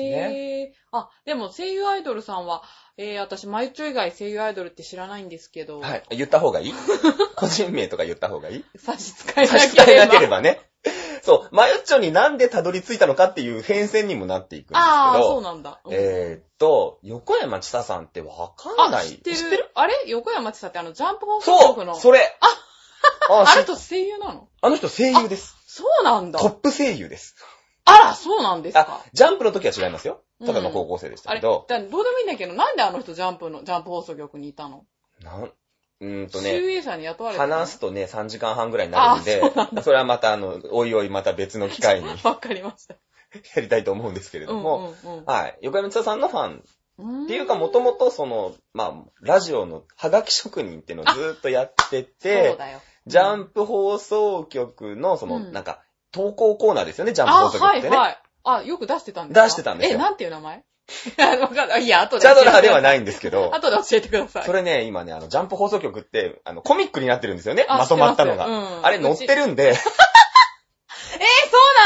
Speaker 1: へ
Speaker 2: ね
Speaker 1: ー。あ、でも声優アイドルさんは、えー、私、マイチョ以外声優アイドルって知らないんですけど、
Speaker 2: はい。言った方がい
Speaker 1: <laughs>
Speaker 2: い個人名とか言った方がいい
Speaker 1: 差し支えな
Speaker 2: 差し支
Speaker 1: け
Speaker 2: え
Speaker 1: れば。
Speaker 2: なければね。そう、マユッチョになんでたどり着いたのかっていう変遷にもなっていくんですけど、
Speaker 1: ああ、そうなんだ。うん
Speaker 2: えーっと、横山千沙さんってわかん
Speaker 1: あ、
Speaker 2: ない。
Speaker 1: 知ってる。あれ横山千沙ってあの、ジャンプ放送
Speaker 2: そ
Speaker 1: 局の。
Speaker 2: うそれあ
Speaker 1: あ
Speaker 2: あ
Speaker 1: れ
Speaker 2: し
Speaker 1: と声優なの
Speaker 2: あの人声優です。
Speaker 1: そうなんだ
Speaker 2: トッ。プ声優です。
Speaker 1: あら、そうなんです
Speaker 2: あ
Speaker 1: か。、
Speaker 2: ジャンプの時は違いますよ。ただの高校生でした
Speaker 1: あ
Speaker 2: け
Speaker 1: れ、だ
Speaker 2: ど
Speaker 1: ど。うでもいいんだけど、なんであの人ジャンプの、ジャンプ放送局にいたの
Speaker 2: なん、うーんとね、
Speaker 1: 集英社に雇われてたの
Speaker 2: 話すとね、3時間半ぐらいになるんで、それはまたあの、おいおいまた別の機会にや
Speaker 1: わかりました。
Speaker 2: りたいと思うんですけれども、はい。横山千沙さんのファン
Speaker 1: っ
Speaker 2: っていうか、もともとその、まあ、ラジオのハガキ職人っていうのをずーっとやっ
Speaker 1: そ
Speaker 2: て
Speaker 1: う
Speaker 2: て、
Speaker 1: だよ。
Speaker 2: ジャンプ放送局の、そうの、
Speaker 1: ん
Speaker 2: なんか、投稿コーナーですよね、ジャンプ
Speaker 1: あ、
Speaker 2: 放送局
Speaker 1: は
Speaker 2: っ
Speaker 1: い
Speaker 2: てね。
Speaker 1: はい。あ、よく出してたんですか
Speaker 2: 出してたんですよ
Speaker 1: え、なんていう名前 <laughs> わかんない。いや、後で
Speaker 2: ジ
Speaker 1: 教え
Speaker 2: ャ
Speaker 1: てくだ
Speaker 2: ドラ
Speaker 1: さ
Speaker 2: ー
Speaker 1: い。
Speaker 2: ではないんですけど、
Speaker 1: 後で教えてください。
Speaker 2: それね、今ね、あの、ジャンプ放送局って、あの、コミックになってるんですよね、
Speaker 1: あ
Speaker 2: まとまったの
Speaker 1: 知ってます
Speaker 2: が。
Speaker 1: うん
Speaker 2: あれ載ってるんで、
Speaker 1: えー、そ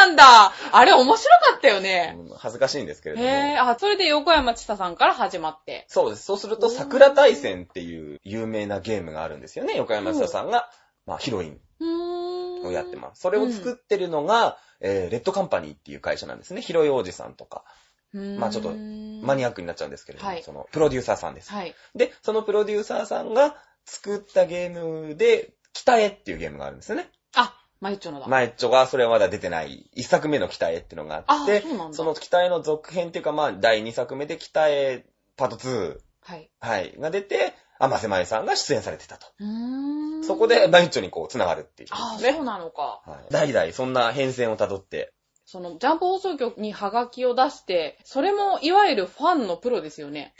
Speaker 1: うなんだあれ面白かったよね。
Speaker 2: うん恥ずかしいんですけれども。
Speaker 1: へえ、あ、それで横山千沙さんから始まって。
Speaker 2: そうです。そうすると、桜大戦っていう有名なゲームがあるんですよね。横山千沙さんが、まあ、ヒロイン
Speaker 1: うーん。
Speaker 2: をやってます。それを作ってるのが、えーレッドカンパニーっていう会社なんですね。ヒロイおじさんとか、
Speaker 1: うーん。
Speaker 2: まあちょっとマニアックになっちゃうんですけれども、
Speaker 1: はい
Speaker 2: そのプロデューサーさんです。
Speaker 1: はい。
Speaker 2: で、そのプロデューサーさんが作ったゲームで、北へっていうゲームがあるんですよね。
Speaker 1: あ、マユッチョのだ。
Speaker 2: 前っちょが、それはまだ出てない、一作目の北へっていうのがあっ
Speaker 1: あ、
Speaker 2: て、
Speaker 1: そうなんだ
Speaker 2: そ。の北への続編っていうか、まあ、第2作目で北へパート2、
Speaker 1: はい。
Speaker 2: はい、が出て、甘瀬まゆさんが出演されてたと。
Speaker 1: うーん。
Speaker 2: そこで、マユッチョにこう、繋がるっていう、
Speaker 1: あ、
Speaker 2: ね。
Speaker 1: そうなのか。
Speaker 2: はい代々、そんな変遷をたどって、
Speaker 1: その、ジャンプ放送局にハガキを出して、それも、いわゆるファンのプロですよね。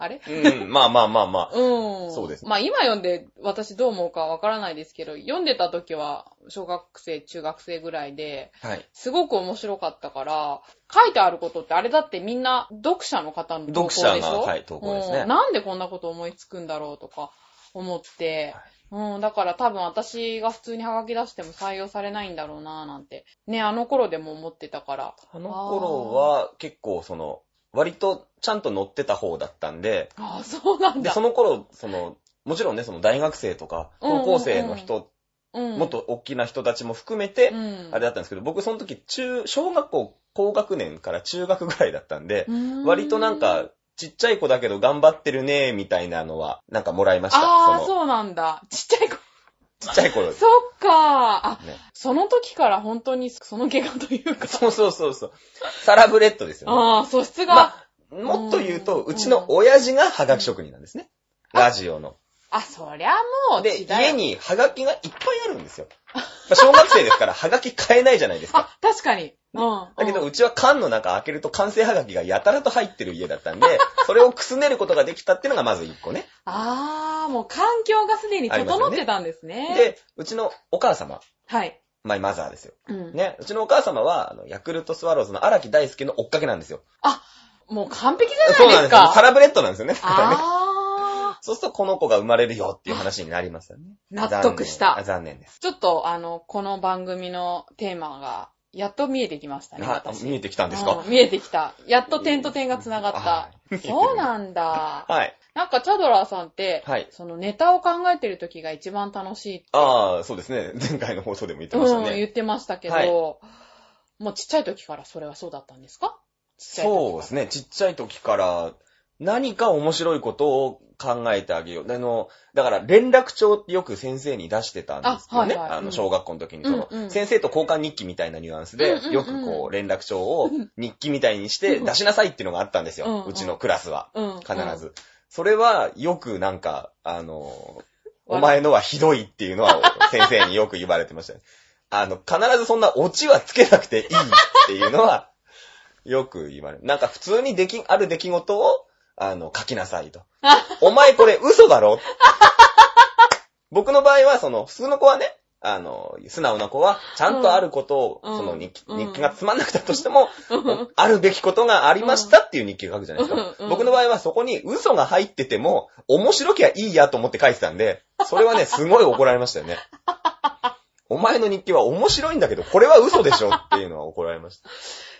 Speaker 1: あれ
Speaker 2: うん、 <laughs> まあまあまあまあ。
Speaker 1: うん。
Speaker 2: そうです
Speaker 1: まあ今読んで、私どう思うかわからないですけど、読んでた時は、小学生、中学生ぐらいで、
Speaker 2: はい。
Speaker 1: すごく面白かったから、書いてあることってあれだってみんな読者の方の投稿でしょ
Speaker 2: 読者がはい投稿ですね
Speaker 1: うんなんでこんなこと思いつくんだろうとか思って、うん、だから多分私が普通にハガキ出しても採用されないんだろうなぁなんて、ね、あの頃でも思ってたから。
Speaker 2: あの頃は、結構その、割とちゃんと乗ってた方だったんで、
Speaker 1: ああ、そうなん
Speaker 2: で、
Speaker 1: だ。
Speaker 2: その頃、その、もちろんね、その大学生とか、
Speaker 1: うんうんうん
Speaker 2: 高校生の人、
Speaker 1: うん
Speaker 2: もっと大きな人たちも含めて
Speaker 1: う、ん、
Speaker 2: あれだったんですけど、僕その時、中、小学校高学年から中学ぐらいだったんで、
Speaker 1: うん
Speaker 2: 割となん、か、ちっちゃい子だけど頑張ってるね、みたいなのは、なんかもらいました。
Speaker 1: ああ、
Speaker 2: の
Speaker 1: そうなんだ。ちっちゃい子。
Speaker 2: ちっちゃい頃です
Speaker 1: そっか。あ、
Speaker 2: ね。
Speaker 1: その時から本当にその怪我というか。
Speaker 2: <laughs> そうそうそうそう。サラブレッドですよね。
Speaker 1: ああ、素質が、
Speaker 2: まあ、もっと言うと、
Speaker 1: うん
Speaker 2: うちの親父がハガキ職人なんですね。
Speaker 1: うん
Speaker 2: ラジオの。
Speaker 1: あ、そりゃもう
Speaker 2: で、
Speaker 1: 時代
Speaker 2: 家。にハガキがいっぱいあるん <laughs> ですよ。まあ小学生ですから、ハガキ買えないじゃないですか。
Speaker 1: あ、確かに。うん。
Speaker 2: だけど、
Speaker 1: うん、
Speaker 2: うちは缶の中開けると完成ハガキがやたらと入ってる家だったんで、 <laughs> それをくすねることができたっていうのがまず一個ね。
Speaker 1: ああ、もう環境がすでに整ってたんですね。
Speaker 2: で、うちのお母様、
Speaker 1: はい。
Speaker 2: マイマザーですよ。
Speaker 1: うん。
Speaker 2: ね、うちのお母様は、あのヤクルトスワローズの荒木大輔の追っかけなんですよ。
Speaker 1: もう完璧じゃ
Speaker 2: そ
Speaker 1: な
Speaker 2: う
Speaker 1: い
Speaker 2: なん
Speaker 1: で
Speaker 2: ですすよ。
Speaker 1: か。
Speaker 2: サラブレッドなんですよね。だからね
Speaker 1: ああ。
Speaker 2: そうするとこの子が生まれるよっていう話になりますよね。
Speaker 1: 納得した
Speaker 2: 残念あ残念です。
Speaker 1: ちょっと、あの、この番組のテーマが、やっと見えてきましたね、
Speaker 2: あ
Speaker 1: 私。
Speaker 2: 見えてきたんです
Speaker 1: う
Speaker 2: か
Speaker 1: ん見えてきた。やっと点と点が繋がった。
Speaker 2: はい
Speaker 1: そうなんだ。
Speaker 2: はい。
Speaker 1: なんかチャドラーさんって、
Speaker 2: はい
Speaker 1: そのネタを考えてる時が一番楽しいって、
Speaker 2: ああ、そうですね。前回の放送でも言ってました
Speaker 1: うん、
Speaker 2: ね。
Speaker 1: 言ってましたけど、
Speaker 2: はい
Speaker 1: もうちっちゃい時からそれはそうだったんですかちゃい時から
Speaker 2: そうですね。ちっちゃい時から、何か面白いことを考えてあげよう。あの、だから連絡帳ってよく先生に出してたんですよね。
Speaker 1: あ
Speaker 2: あ,、
Speaker 1: はいはいうん
Speaker 2: の、小学校の時にその、
Speaker 1: うんうん
Speaker 2: 先生と交換日記みたいなニュアンス
Speaker 1: うんうんうん
Speaker 2: で、よくこう連絡帳を日記みたいにして出しなさいっていうのがあったんです
Speaker 1: うんうん
Speaker 2: よ。うちのクラスは。
Speaker 1: うん、
Speaker 2: 必ず。それはよくなんか、あの、
Speaker 1: 笑う
Speaker 2: お前のはひどいっていうの
Speaker 1: <laughs>
Speaker 2: は先生によく言われてましたね。あの、必ずそんなオチはつけなくていいっていうのは、よく言われる。なんか普通にでき、ある出来事を、あの、書きなさ
Speaker 1: <laughs>
Speaker 2: いと。お前これ嘘だろ僕の場合は、その、普通の子はね、あの、素直な子は、ちゃんとあることを、
Speaker 1: うん
Speaker 2: その日記、
Speaker 1: うん
Speaker 2: 日記がつまんなくたとしても、
Speaker 1: うん。うん
Speaker 2: <laughs> あるべきことがありましたっていう日記を書くじゃないですか。
Speaker 1: うんうん
Speaker 2: 僕の場合はそこに嘘が入ってても、面白きゃいいやと思って書いてたんで、それはね、すごい怒られましたよね。
Speaker 1: <laughs>
Speaker 2: お前の日記は面白いんだけど、これは嘘でしょっていうのは怒られました。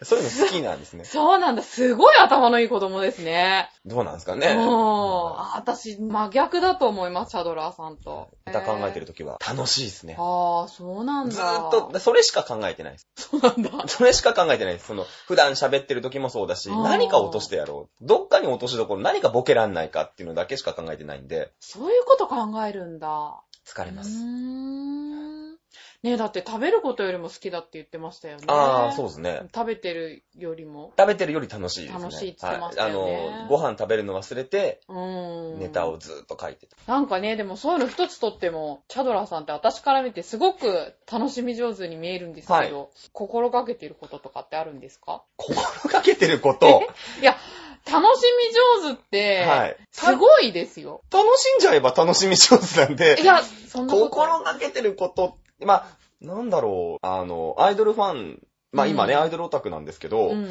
Speaker 2: そういうの好きなんですね。
Speaker 1: そうなんだ。すごい頭のいい子供ですね。
Speaker 2: どうなんですか
Speaker 1: う
Speaker 2: ね。
Speaker 1: ん。
Speaker 2: うん
Speaker 1: あ私、真逆だと思います、チャドラーさんと。
Speaker 2: ネタ考えてるときは楽しいですね。
Speaker 1: ああ、そうなんだ。
Speaker 2: ずーっと、それしか考えてないです。
Speaker 1: <laughs> そうなんだ。
Speaker 2: それしか考えてないです。その、普段喋ってる時もそうだし、
Speaker 1: あー
Speaker 2: 何か落としてやろう。どっかに落としどころ、何かボケらんないかっていうのだけしか考えてないんで、
Speaker 1: そういうこと考えるんだ。
Speaker 2: 疲れま
Speaker 1: うー
Speaker 2: す。
Speaker 1: ん。ねえ、だって食べることよりも好きだって言ってましたよね。
Speaker 2: ああ、そうですね。
Speaker 1: 食べてるよりも。
Speaker 2: 食べてるより楽しいですね。
Speaker 1: 楽しいって言ってましたよね
Speaker 2: はい。あの、ご飯食べるの忘れて、
Speaker 1: うーん。
Speaker 2: ネタをずーっと書いてた。
Speaker 1: なんかね、でもそういうの一つとっても、チャドラーさんって私から見てすごく楽しみ上手に見えるんですけど、心がけてることとかってあるんですか
Speaker 2: 心がけて
Speaker 1: <laughs>
Speaker 2: ること、
Speaker 1: いや、楽しみ上手って、
Speaker 2: はい
Speaker 1: すごいですよ。
Speaker 2: 楽しんじゃえば楽しみ上手なんで
Speaker 1: い、や、そんなことない。
Speaker 2: 心がけてること、まあ、なんだろう、あの、アイドルファン、まあ今ね、
Speaker 1: うん
Speaker 2: アイドルオタクなんですけど、
Speaker 1: うん。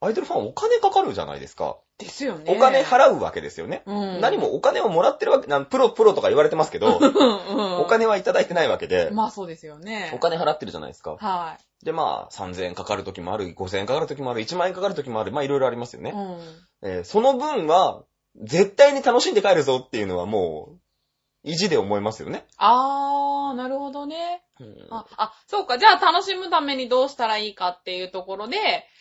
Speaker 2: アイドルファンお金かかるじゃないですか。
Speaker 1: ですよね。
Speaker 2: お金払うわけですよね。
Speaker 1: うん。
Speaker 2: 何もお金をもらってるわけ、なんプロプロとか言われてますけど、
Speaker 1: うん、うん。
Speaker 2: お金はいただいてないわけで、
Speaker 1: まあそうですよね。
Speaker 2: お金払ってるじゃないですか。
Speaker 1: は
Speaker 2: で、まあ、3000円かかる時もある、5000円かかる時もある、1万円かかる時もある、まあ、いろいろありますよ
Speaker 1: い。
Speaker 2: ね。
Speaker 1: うん。
Speaker 2: えーその分は、絶対に楽しんで帰るぞっていうのはもう、意地で思いますよね。
Speaker 1: あー、なるほどね。
Speaker 2: うん
Speaker 1: あ、あ、そうか。じゃあ楽しむためにどうしたらいいかっていうところで、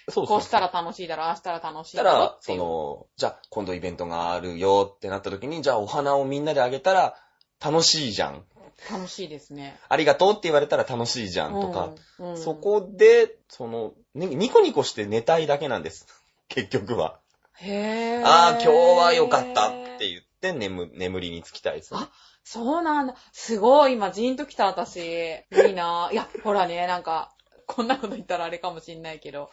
Speaker 2: そう
Speaker 1: こうした
Speaker 2: ら。
Speaker 1: ら楽しいだろ、ああしたら楽し
Speaker 2: し
Speaker 1: い
Speaker 2: た
Speaker 1: だろ
Speaker 2: ら、
Speaker 1: ってい。
Speaker 2: そうの、じゃあ、今度イベントがあるよってなった時に、じゃあ、お花をみんなであげたら、楽しいじゃん。
Speaker 1: 楽しいですね。
Speaker 2: ありがとうって言われたら楽しいじゃんとか、
Speaker 1: うん、うん
Speaker 2: そこで、その、ねニコニコして寝たいだけなんです。 <laughs> 結局は。
Speaker 1: へー。
Speaker 2: ああ、今日は良かったって言って眠、眠りにつきたいですね。
Speaker 1: あそうなんだ。すごい、今、ジーンときた私。いいな <laughs> ぁ。いや、ほらね、なんか、こんなこと言ったらあれかもしんないけど、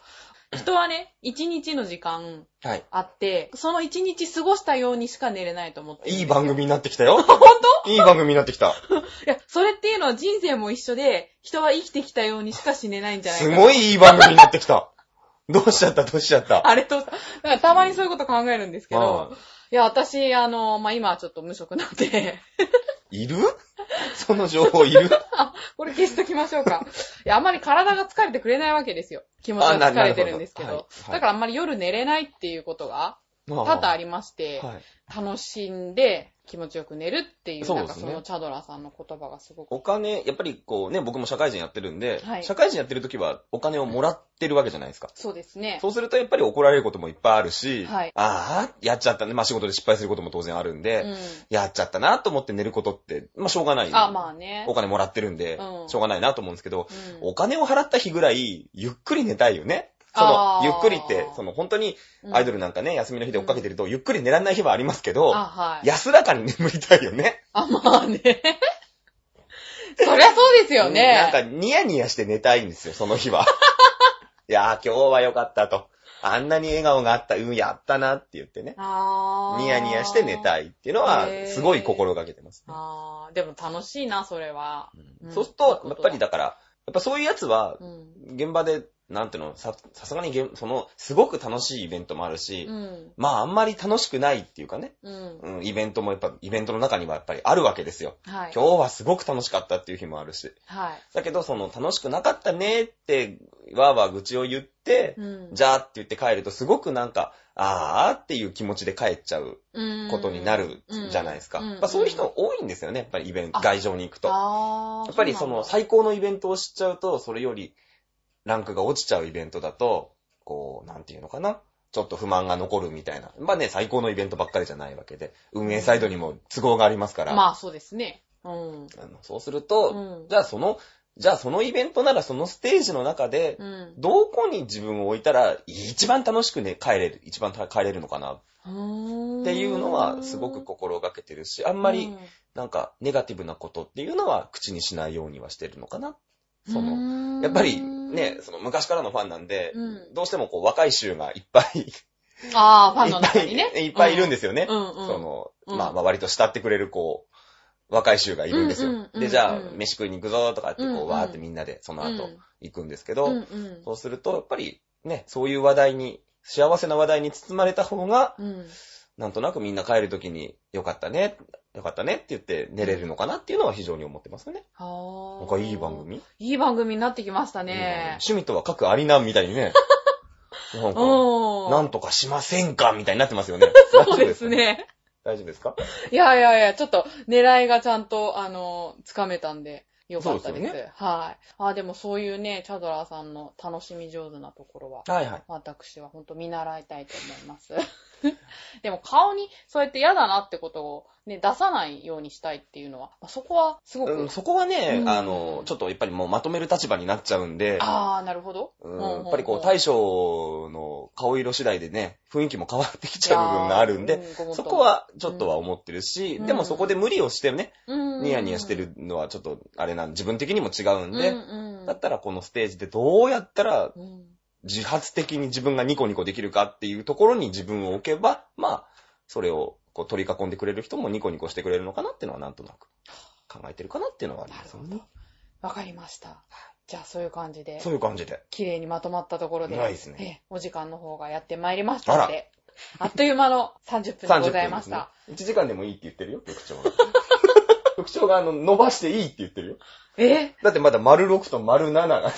Speaker 1: 人はね、一日の時間
Speaker 2: はい。
Speaker 1: あって、その一日過ごしたようにしか寝れないと思ってるんです
Speaker 2: いい
Speaker 1: よ
Speaker 2: 番組になってきた
Speaker 1: <laughs>
Speaker 2: よ。
Speaker 1: 本
Speaker 2: いい番組になってきた。
Speaker 1: 当いや、それっていうのは人生も一緒で、人は生きてきたようにしか死ねないんじゃないか
Speaker 2: す
Speaker 1: な
Speaker 2: ごいいい番組になってきた。どうしちゃったどうしちゃった。
Speaker 1: あれと、だからたまにそういうこと考えるんですけど、
Speaker 2: うん
Speaker 1: いや、私、あの、まあ、今はちょっと無職なんで、
Speaker 2: いるその情報いる
Speaker 1: これ消しときましょう
Speaker 2: <laughs>
Speaker 1: か。いや、あんまり体が疲れてくれないわけですよ。気持ち
Speaker 2: あ
Speaker 1: が
Speaker 2: な
Speaker 1: 疲れてるんですけど。
Speaker 2: なるほどはいは
Speaker 1: だ
Speaker 2: い
Speaker 1: からあんまり夜寝れないっていうことが
Speaker 2: 多
Speaker 1: <laughs> 多々ありまして、
Speaker 2: はい。
Speaker 1: 楽しんで気持ちよく寝るっていう、
Speaker 2: そう
Speaker 1: なん
Speaker 2: ですね
Speaker 1: かそのチャドラーさんの言葉がすごく。
Speaker 2: お金、やっぱりこうね、僕も社会人やってるんで、
Speaker 1: はい
Speaker 2: 社会人やってる時はお金をもらってるわけじゃないですか。
Speaker 1: そうですね。
Speaker 2: そうするとやっぱり怒られることもいっぱいあるし、
Speaker 1: はい
Speaker 2: ああ、やっちゃったね。まあ仕事で失敗することも当然あるんで、
Speaker 1: うん。
Speaker 2: やっちゃったなと思って寝ることって、まあしょうがない。
Speaker 1: あ、まあね。
Speaker 2: お金もらってるんで、
Speaker 1: うん
Speaker 2: しょうがないなと思うんですけど、
Speaker 1: うん
Speaker 2: お金を払った日ぐらい、ゆっくり寝たいよね。そ
Speaker 1: あ
Speaker 2: の
Speaker 1: ー、
Speaker 2: ゆっくりって、その本当にアイドルなんかね、休みの日で追っかけてると、ゆっくり寝られない日はありますけど、
Speaker 1: あ、はい。
Speaker 2: 安らかに眠りたいよね。
Speaker 1: あ、まあね。 <laughs> そりゃそうですよね。
Speaker 2: なんかニヤニヤして寝たいんですよ、その
Speaker 1: <laughs>
Speaker 2: 日は。いやー、今日は良かったと。あんなに笑顔があった、うん、やったなって言ってね。
Speaker 1: あー
Speaker 2: ニヤニヤして寝たいっていうのは
Speaker 1: へー、
Speaker 2: すごい心がけてますね、
Speaker 1: あーでも楽しいな、それは。うん
Speaker 2: そうすると、やっぱりだから、やっぱそういうやつは
Speaker 1: う、ん
Speaker 2: 現場でなんていうの、さ、さすがにゲーム、その、すごく楽しいイベントもあるし、
Speaker 1: うん。
Speaker 2: まああんまり楽しくないっていうかね、
Speaker 1: うん。
Speaker 2: うん、イベントもやっぱ、イベントの中にはやっぱりあるわけですよ。
Speaker 1: はい。
Speaker 2: 今日はすごく楽しかったっていう日もあるし。
Speaker 1: はい。
Speaker 2: だけど、その、楽しくなかったねって、わーわー愚痴を言って、
Speaker 1: うん。
Speaker 2: じゃあって言って帰ると、すごくなんか、あーっていう気持ちで帰っちゃうことになる
Speaker 1: うん
Speaker 2: じゃないですか。
Speaker 1: うん
Speaker 2: まあそういう人多いんですよね、やっぱりイベント、
Speaker 1: あ
Speaker 2: 外場に行くと。や
Speaker 1: あー
Speaker 2: っぱりその、
Speaker 1: う
Speaker 2: 最高のイベントを知っちゃうと、それよりランクが落ちちゃうイベントだと、こう、なんていうのかな。ちょっと不満が残るみたいな。まあね、最高のイベントばっかりじゃないわけで、運営サイドにも都合があります
Speaker 1: な
Speaker 2: から。
Speaker 1: んだまあそうですね。うん。
Speaker 2: あのそうすると、
Speaker 1: うん
Speaker 2: じゃあその、じゃあそのイベントならそのステージの中で、
Speaker 1: うん。
Speaker 2: どこに自分を置いたら一番楽しくね、帰れる、一番帰れるのかな
Speaker 1: うーん
Speaker 2: っていうのはすごく心がけてるし、あ
Speaker 1: あ
Speaker 2: んまり、なんかネガティブなことっていうのは口にしないようにはしてるのかな。その、
Speaker 1: の
Speaker 2: やっぱりね、、その昔からのファンなんで、
Speaker 1: うん
Speaker 2: どうしてもこう若い衆がいっぱい、いっ
Speaker 1: ああ、フ
Speaker 2: ぱ
Speaker 1: ァンの中にね。
Speaker 2: いいっぱいいるん
Speaker 1: で
Speaker 2: ですよね。
Speaker 1: うんうん。
Speaker 2: その、
Speaker 1: うん
Speaker 2: まあ、まあ割と慕ってくれる、こう、若い衆がいるんですよ。
Speaker 1: うんうんうんうん
Speaker 2: で、じゃあ、飯食いに行くぞとかって、こう、
Speaker 1: うんうん
Speaker 2: わーってみんなで、その後、行くんですけど、
Speaker 1: うんうん
Speaker 2: そうすると、やっぱり、ね、そういう話題に、幸せな話題に包まれた方が、
Speaker 1: うん。
Speaker 2: なんとなくみんな帰るときに、よかったね、よかったねって言って寝れるのかなっていうのは非常に思ってますよね。
Speaker 1: あー
Speaker 2: なんかいい番組
Speaker 1: いい番組になってきました
Speaker 2: いい番組
Speaker 1: ね。
Speaker 2: 趣味とは各ありなんみたい
Speaker 1: <laughs>
Speaker 2: にね。なんか、
Speaker 1: うん。
Speaker 2: なんとかしませんかみたいになってますよね。
Speaker 1: <laughs> そうですね。
Speaker 2: 大丈夫ですか。大丈夫ですか
Speaker 1: いやいやいや、ちょっと狙いがちゃんと、あの、つかめたんで、よかったです。
Speaker 2: そうですよ
Speaker 1: はい。あ、でもそういうね、チャドラーさんの楽しみ上手なところは、
Speaker 2: はいはい。
Speaker 1: 私は本当見習いたいと思います。 <laughs> でも顔にそうやって嫌だなってことをね、出さないようにしたいっていうのは、まあそこはすごく、
Speaker 2: うん、そこはね、
Speaker 1: うん
Speaker 2: あの、ちょっとやっぱりもうまとめる立場になっちゃうんで、
Speaker 1: ああ、なるほど。
Speaker 2: う
Speaker 1: うんんうんうん
Speaker 2: やっぱりこう、大将の顔色次第でね、雰囲気も変わってきちゃう部分があるん
Speaker 1: い
Speaker 2: で、
Speaker 1: やー、うんごもっと
Speaker 2: そ
Speaker 1: も
Speaker 2: こ、はちょっとは思ってるし、
Speaker 1: うん
Speaker 2: でもそこで無理をしてね、ニ
Speaker 1: ニ
Speaker 2: ヤニヤしてるのはちょっとあれなん、自分的にも違うん
Speaker 1: うん
Speaker 2: で、
Speaker 1: うん
Speaker 2: だったらこのステージでどうやったら
Speaker 1: うん
Speaker 2: 自発的に自分がニコニコできるかっていうところに自分を置けば、まあ、それをこう取り囲んでくれる人もニコニコしてくれるのかなっていうのはなんとなく考えてるかなっていうのはあり
Speaker 1: な
Speaker 2: ま
Speaker 1: る
Speaker 2: す
Speaker 1: ほ
Speaker 2: よ
Speaker 1: ど
Speaker 2: ね。。
Speaker 1: わかりました。じゃあ、そういう感じで
Speaker 2: そ、ういう感じで。
Speaker 1: 綺麗にまとまったところで、
Speaker 2: ないですね
Speaker 1: ええお時間の方がやってまいりましたので、あっという間の30分でございました。
Speaker 2: 30分ですね。1時間でもいいって言ってるよ、局長が。 <laughs> 局長があの、伸ばしていいって言ってるよ。
Speaker 1: え
Speaker 2: だってまだ丸6と丸7が、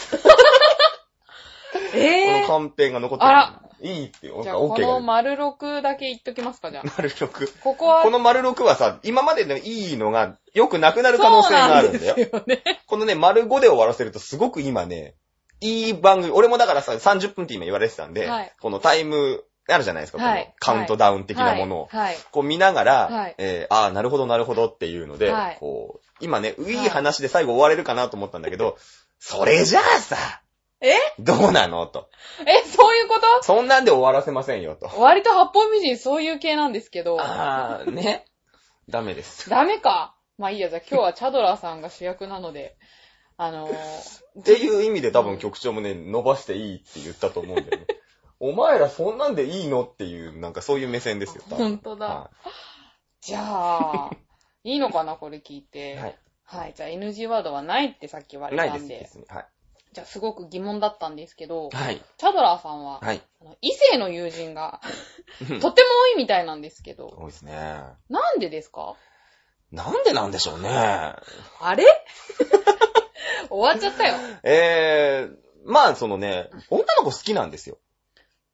Speaker 1: ええ
Speaker 2: このカンペが残ってる。
Speaker 1: あら
Speaker 2: いいってよ。
Speaker 1: じ
Speaker 2: な
Speaker 1: ゃ
Speaker 2: ん
Speaker 1: あ、
Speaker 2: か
Speaker 1: こ
Speaker 2: OK が
Speaker 1: の
Speaker 2: 出る。
Speaker 1: 丸6だけ言っときますか、じゃあ。
Speaker 2: 丸6。
Speaker 1: ここは、
Speaker 2: この丸6はさ、今までのいいのが良くなくなる可能性があるんだよ。
Speaker 1: そうなんですよね。
Speaker 2: このね、丸5で終わらせるとすごく今ね、いい番組、俺もだからさ、30分って今言われてたんで、
Speaker 1: はい
Speaker 2: このタイム、あるじゃないですか、
Speaker 1: はい
Speaker 2: このカウントダウン的なものを。
Speaker 1: はい。
Speaker 2: こう見ながら、
Speaker 1: はい
Speaker 2: えー、ああ、なるほど、なるほどっていうので、
Speaker 1: はい
Speaker 2: こう、今ね、
Speaker 1: い
Speaker 2: いい話で最後終われるかなと思ったんだけど、それじゃあさ、
Speaker 1: え
Speaker 2: どうなのと。
Speaker 1: え、そういうこと
Speaker 2: そんなんで終わらせませんよと。
Speaker 1: 割と八方美人そういう系なんですけど、
Speaker 2: ああ、ね。 <laughs> ダメです。
Speaker 1: ダメか。まあいいや、じゃあ今日はチャドラーさんが主役なので、あのー
Speaker 2: っていう意味で多分局長もね、伸ばしていいって言ったと思うん <laughs> だよね。お前らそんなんでいいのっていう、なんかそういう目線ですよ。多分 <laughs>
Speaker 1: 本当だ
Speaker 2: は
Speaker 1: じゃあ、いいのかな、これ聞い
Speaker 2: い
Speaker 1: て。
Speaker 2: はい。
Speaker 1: はい。じゃあ NG ワードはないってさっき言われ
Speaker 2: ない
Speaker 1: た
Speaker 2: で
Speaker 1: ん
Speaker 2: す、
Speaker 1: で。
Speaker 2: 別に。はい。
Speaker 1: じゃあすごく疑問だったんですけど、
Speaker 2: はい。
Speaker 1: チャドラーさんは、
Speaker 2: はい。
Speaker 1: あの異性の友人が
Speaker 2: うん
Speaker 1: とても多いみたいなんですけど、
Speaker 2: 多いですね。
Speaker 1: なんでですか
Speaker 2: なんでなんでしょうね。
Speaker 1: あれ <laughs> 終わっちゃ
Speaker 2: <laughs>
Speaker 1: ったよ。
Speaker 2: えー、まあそのね、女の子好きなんですよ。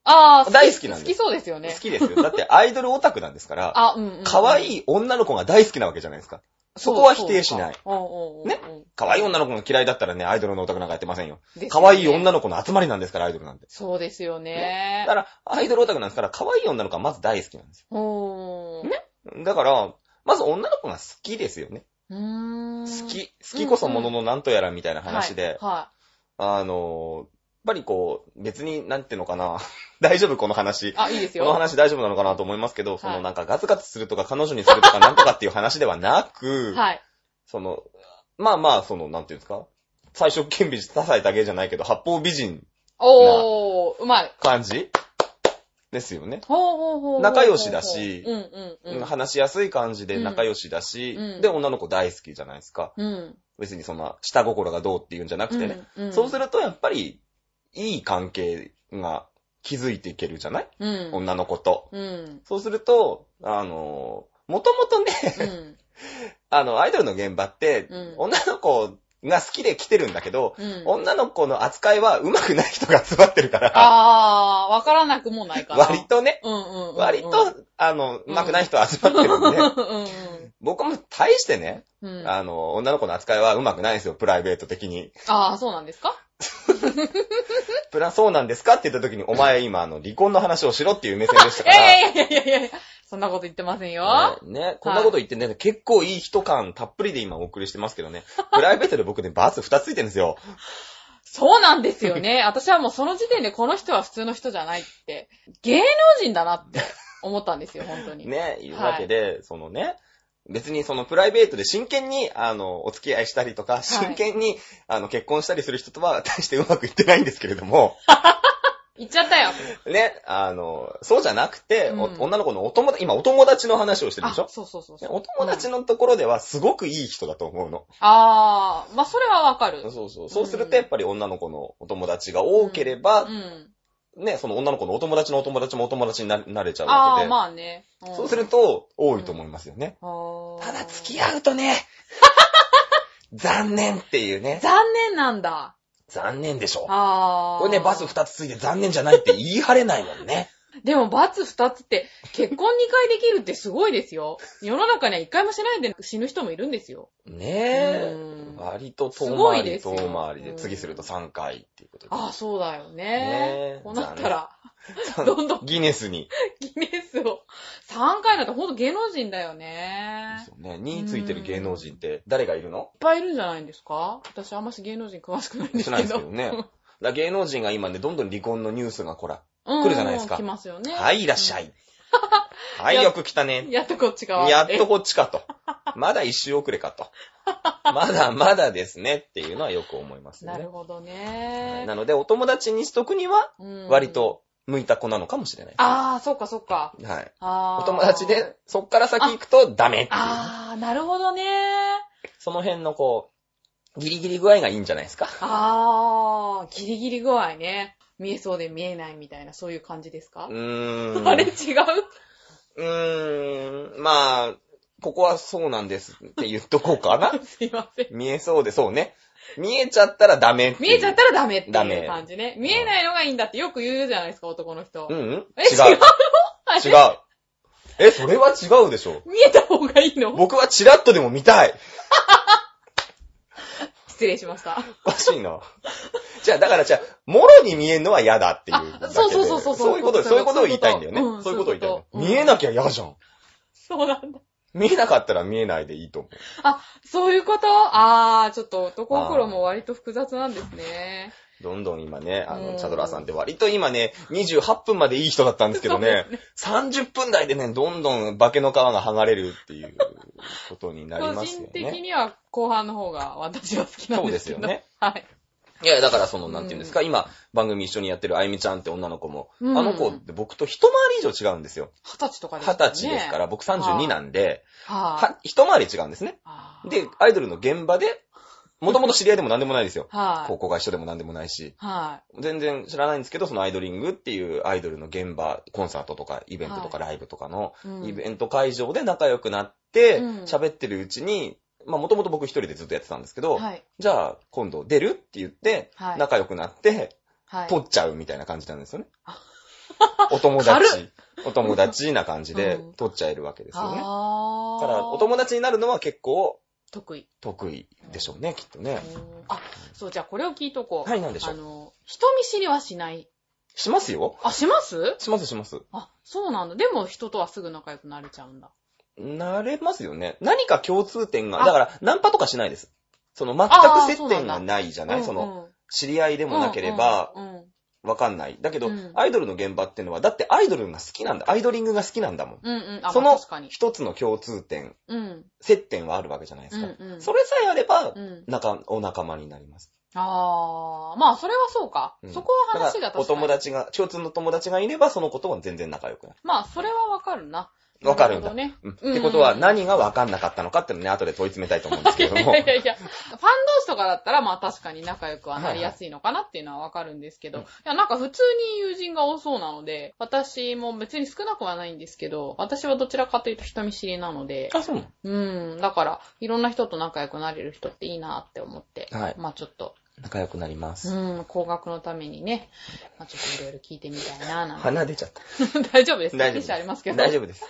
Speaker 1: ああ、
Speaker 2: 大好きなんです
Speaker 1: 好きそうですよね
Speaker 2: 好。きですよ。だってアイドルオタクなんですから、
Speaker 1: あ、うん、うん。
Speaker 2: 可
Speaker 1: い。
Speaker 2: 愛い女の子が大好きなわけじゃないですか。そこは否定しない
Speaker 1: そうかうんうんうん
Speaker 2: ね可愛い女の子が嫌いだったらね、アイドルのオタクなんかやってませんよ。
Speaker 1: ですよね
Speaker 2: 可愛い女の子の集まりなんですから、アイドルなんて。
Speaker 1: そうですよね
Speaker 2: だ。から、アイドルオタクなんですから、可愛い女の子はまず大好きなんですよ
Speaker 1: おー。ね。
Speaker 2: だから、まず女の子が好きですよね。
Speaker 1: うーん。
Speaker 2: 好き。好きこそもののなんとやらみたいな話で、
Speaker 1: は
Speaker 2: あの、やっぱりこう、別になんていうのかな。 <laughs> 大丈夫この話。
Speaker 1: い。はい。あ、いいです
Speaker 2: こ
Speaker 1: よ。
Speaker 2: の話大丈夫なのかなと思いますけど、そ
Speaker 1: は
Speaker 2: の
Speaker 1: い
Speaker 2: なんかガツガツするとか彼女にするとかなんとかっていう話ではなく、
Speaker 1: はい。
Speaker 2: その、まあまあ、その、なんていうんですか。最初、剣美多彩だけじゃないけど、八方美人
Speaker 1: おー、うまい。
Speaker 2: 感じですよね。
Speaker 1: ほうほうほうほう。
Speaker 2: 仲良しだし
Speaker 1: うんうんうん。
Speaker 2: 話しやすい感じで
Speaker 1: うん
Speaker 2: 仲良しだし、
Speaker 1: うん
Speaker 2: で、女の子大好きじゃないですか。
Speaker 1: うん。
Speaker 2: 別にそんな、下心がどうっていうんじゃなくてね。
Speaker 1: うん。
Speaker 2: そうす
Speaker 1: る
Speaker 2: ると、やっぱり、いい関係が築いていけるじゃない
Speaker 1: うん。
Speaker 2: 女の子と。
Speaker 1: うん。
Speaker 2: そうすると、あの、もともとね、 <laughs>
Speaker 1: うん。
Speaker 2: あの、アイドルの現場って、
Speaker 1: うん
Speaker 2: 女の子が好きで来てるんだけど、
Speaker 1: うん。
Speaker 2: 女の子の扱いは上手くない人が集まってるから、
Speaker 1: あー、わからなくもないから。
Speaker 2: 割とね、
Speaker 1: うんうんうん。
Speaker 2: 割と、あの、上手くない人集まってる
Speaker 1: うん
Speaker 2: で、
Speaker 1: ん
Speaker 2: 僕も大してね、
Speaker 1: うん。うん。
Speaker 2: あの、女の子の扱いは上手くないんですよ、プライベート的に。
Speaker 1: あー、そうなんですか
Speaker 2: プラ、そうなんですかって言った時に、お前今、あの、離婚の話をしろっていう目線でした
Speaker 1: い
Speaker 2: か
Speaker 1: <laughs> や
Speaker 2: ら。
Speaker 1: いやいやいやいやいやそんなこと言ってませんよ。
Speaker 2: ねねこんなこと言ってね、結構いい人感たっぷりで今お送りしてますけどね。プライベートで僕ね、バツ2ついてるんですよ。
Speaker 1: そうなんですよね。 <laughs> 私はもうその時点でこの人は普通の人じゃないって、芸能人だなって思ったんですよ、本当に。
Speaker 2: ね、いうわけで、そのね、別にそのプライベートで真剣に、あの、お付き合いしたりとか、真剣に、あの、結婚したりする人とは大してうまくいってないんですけれ
Speaker 1: <laughs>
Speaker 2: ども、
Speaker 1: 言っちゃったよ。
Speaker 2: ね、あの、そうじゃなくて、お
Speaker 1: うん
Speaker 2: 女の子のお友達、今お友達の話をしてる
Speaker 1: あ、
Speaker 2: でしょ
Speaker 1: そうそうそうそ
Speaker 2: ね
Speaker 1: う。
Speaker 2: お友達のところではすごくいい人だと思うの。
Speaker 1: あー、まあ、それはわかる。
Speaker 2: そうそう。そうするとやっぱり女の子のお友達が多ければ
Speaker 1: う、ん。
Speaker 2: ね、その女の子のお友達のお友達もお友達にななれちゃう
Speaker 1: あ
Speaker 2: わけ
Speaker 1: ー、
Speaker 2: で、
Speaker 1: まあね。ん
Speaker 2: そうする。と多いと思いますよね。た
Speaker 1: た
Speaker 2: だ付き合うとね、 <laughs> 残念っていうね。
Speaker 1: 残念なんだ。
Speaker 2: 残念でしょ。
Speaker 1: あー。
Speaker 2: これね、バス二つついて残念じゃないって言い張れないもんね。
Speaker 1: でも、罰二つって、結婚二回できるってすごいですよ。世の中には一回もしないで死ぬ人もいるんですよ。
Speaker 2: ね
Speaker 1: う
Speaker 2: え。
Speaker 1: ん
Speaker 2: 割と遠
Speaker 1: すご
Speaker 2: 回
Speaker 1: い
Speaker 2: り
Speaker 1: ですよ
Speaker 2: 遠回りで、
Speaker 1: うん
Speaker 2: 次すると3回っていうことで。
Speaker 1: ああ、そうだよね。
Speaker 2: ねえ
Speaker 1: こうなったら、どんどん
Speaker 2: ギネスに。
Speaker 1: ギネスを。3回なんてほんと芸能人だよね。
Speaker 2: ですよね。についてる芸能人って誰がいるの
Speaker 1: いっぱいいるんじゃないんですか私あんまし芸能人詳しくないんですけど。
Speaker 2: 知らないですけどね。だから芸能人が今ね、どんどん離婚のニュースがこら、来るじゃないですか
Speaker 1: うん来ますよね。
Speaker 2: はい、いらっし
Speaker 1: <laughs>
Speaker 2: ゃい。はい、
Speaker 1: や
Speaker 2: よく来たね。
Speaker 1: やっとこっち側。
Speaker 2: やっと。こっちかと。まだ一周遅れかと。まだまだですねっていうのはよく思いますよ
Speaker 1: な
Speaker 2: ね。
Speaker 1: るほど
Speaker 2: はい
Speaker 1: ね。
Speaker 2: なので、お友達にしとくには、
Speaker 1: うん
Speaker 2: 割。と向いた子なのかもしれない。
Speaker 1: ああ、そっかそっか。
Speaker 2: はい。
Speaker 1: あ
Speaker 2: お
Speaker 1: あ。
Speaker 2: 友達。で、そっから先行くとダメっていうね、
Speaker 1: ああ、なるほどね。
Speaker 2: その辺のこう、ギリギリ具合がいいんじゃないですか。
Speaker 1: ああ、ギリギリ具合ね。見えそうで見えないみたいな、そういう感じですか
Speaker 2: う、ーん。
Speaker 1: あれ違う
Speaker 2: うーん、まあ、ここはそうなんですって言っとこうかな。
Speaker 1: すいません。
Speaker 2: 見えそうで、そうね。見えちゃったらダメっていう
Speaker 1: 見えちゃったらダメって
Speaker 2: ダ
Speaker 1: い
Speaker 2: メ
Speaker 1: う感じね。見えないのがいいんだってよく言うじゃないですか、男の人。
Speaker 2: うん、うん、
Speaker 1: え、
Speaker 2: 違
Speaker 1: 違う
Speaker 2: う。違う。え、それは違うでしょ。
Speaker 1: 見えた方がいいの
Speaker 2: 僕はチラッとでも見たい。
Speaker 1: 失礼しました。
Speaker 2: おかしいな。じゃあ、だからじゃあ、もろに見えんのは嫌だっていうだけ
Speaker 1: あ
Speaker 2: で。
Speaker 1: そうそうそうそう
Speaker 2: そういうこと、
Speaker 1: そい
Speaker 2: そうういうう
Speaker 1: こ
Speaker 2: こととを言いたいんだよね
Speaker 1: うん。
Speaker 2: そういうことを言いたいんだよ
Speaker 1: そういうことうん
Speaker 2: 見えなきゃ嫌じゃん。
Speaker 1: そうなんだ。
Speaker 2: 見えなかったら見えないでいいと思う。
Speaker 1: あ、そういうことあー、ちょっと男心も割と複雑なんですね。
Speaker 2: どんどん今ね、あ
Speaker 1: うん
Speaker 2: の、チャドラーさんって割と今ね、28分までいい人だったんですけどね、30分台でね、どんどん化けの皮が剥がれるっていうことになり
Speaker 1: 個
Speaker 2: ます
Speaker 1: 人
Speaker 2: よ
Speaker 1: 的
Speaker 2: ね。
Speaker 1: には後半の方が私は好きなんですけど。
Speaker 2: そうですよね。
Speaker 1: はい。
Speaker 2: いや、だからその、なんていうんですか、今、番組一緒にやってるあゆみちゃんって女の子も、
Speaker 1: うん
Speaker 2: あの子って僕と一回り以上違うんですよ。
Speaker 1: 二十歳とかです
Speaker 2: 二
Speaker 1: よ
Speaker 2: 十
Speaker 1: ね。
Speaker 2: 歳ですから、。僕32なんで、
Speaker 1: は
Speaker 2: は一回り違うんですね。
Speaker 1: い。
Speaker 2: で、アイドルの現場で、もともと知り合いでも何でもないですよ。
Speaker 1: はい。
Speaker 2: 高校が一緒でも何でもないし。
Speaker 1: は
Speaker 2: 全然知らないんですけど、そのアイドリングっていうアイドルの現場、コンサートとかイベントとかライブとかの、
Speaker 1: い。うん
Speaker 2: イベント会場で仲良くなって
Speaker 1: うん、
Speaker 2: 喋ってるうちに、まあもともと僕一人でずっとやってたんですけど、
Speaker 1: はい。
Speaker 2: じゃあ今度出るって言って、
Speaker 1: はい
Speaker 2: 仲良くなって、
Speaker 1: はい。
Speaker 2: 取っちゃうみたいな感じなんですよね。お友達。お友達な感じで
Speaker 1: <laughs> うん
Speaker 2: 取っちゃえるわけですよね。
Speaker 1: あー。
Speaker 2: だから、お友達になるのは結構
Speaker 1: 得意。
Speaker 2: 得意でしょうね、きっとね。
Speaker 1: あ、そう、じゃあこれを聞いとこう。
Speaker 2: はい、なんでしょ
Speaker 1: あ
Speaker 2: う。
Speaker 1: の、人見知りはしない。
Speaker 2: しますよ。
Speaker 1: あ、します
Speaker 2: しますします。
Speaker 1: あ、そうなんだ。でも人とはすぐ仲良くなれちゃうんだ。
Speaker 2: なれますよね。何か共通点が、
Speaker 1: あ
Speaker 2: だから、ナンパとかしないです。その、全
Speaker 1: あー
Speaker 2: く接点がないじゃないその、知り合い
Speaker 1: で
Speaker 2: でもなければ、、
Speaker 1: うんうん
Speaker 2: わかんない。だけど
Speaker 1: うん、
Speaker 2: アイドルの現場っていうのは、だってアイドルが好きなんだ。アイドリングが好きなんだもん。
Speaker 1: うんうん。あ、
Speaker 2: そ
Speaker 1: まあ
Speaker 2: の
Speaker 1: 確かに。
Speaker 2: 一つの共通点、
Speaker 1: うん。
Speaker 2: 接点はあるわけじゃないで
Speaker 1: う
Speaker 2: すか。
Speaker 1: んうん。
Speaker 2: それさえあれば
Speaker 1: う、ん。
Speaker 2: 仲、お仲間になります。
Speaker 1: あー、まあそれはそうか
Speaker 2: う。ん
Speaker 1: そこは話が
Speaker 2: だから
Speaker 1: 確か
Speaker 2: お友
Speaker 1: に。
Speaker 2: 達が、共通の友達がいれば、そのことは全然仲良くなる。
Speaker 1: まあそれはわかるな。
Speaker 2: わかるん
Speaker 1: な
Speaker 2: だ。
Speaker 1: ほどね。
Speaker 2: うんっ
Speaker 1: うんうん
Speaker 2: てことは、何がわかんなかったのかっていうのね、後で問い詰めたいと思うんですけれど
Speaker 1: <laughs> い
Speaker 2: も
Speaker 1: や。いやい
Speaker 2: <laughs>
Speaker 1: や、ファン同士とかだったら、まあ確かに仲良くはなりやすいのかなっていうのはわかるんですけど、
Speaker 2: はい
Speaker 1: や、なんか普通に友人が多そうなので、私も別に少なくはないんですけど、私はどちらかというと人見知りなので、
Speaker 2: あ、そうなの
Speaker 1: うん、だから、いろんな人と仲良くなれる人っていいなって思って、
Speaker 2: はい
Speaker 1: まあちょっと、
Speaker 2: 仲良くなります。
Speaker 1: うん、高額のためにね、まあちょっといろいろ聞いてみたいななんて。
Speaker 2: 鼻出ちゃった。
Speaker 1: <laughs> 大丈夫ですか
Speaker 2: 大
Speaker 1: テ
Speaker 2: 丈
Speaker 1: <laughs> ィッシュありますけ
Speaker 2: 夫。
Speaker 1: ど。
Speaker 2: 大丈夫です。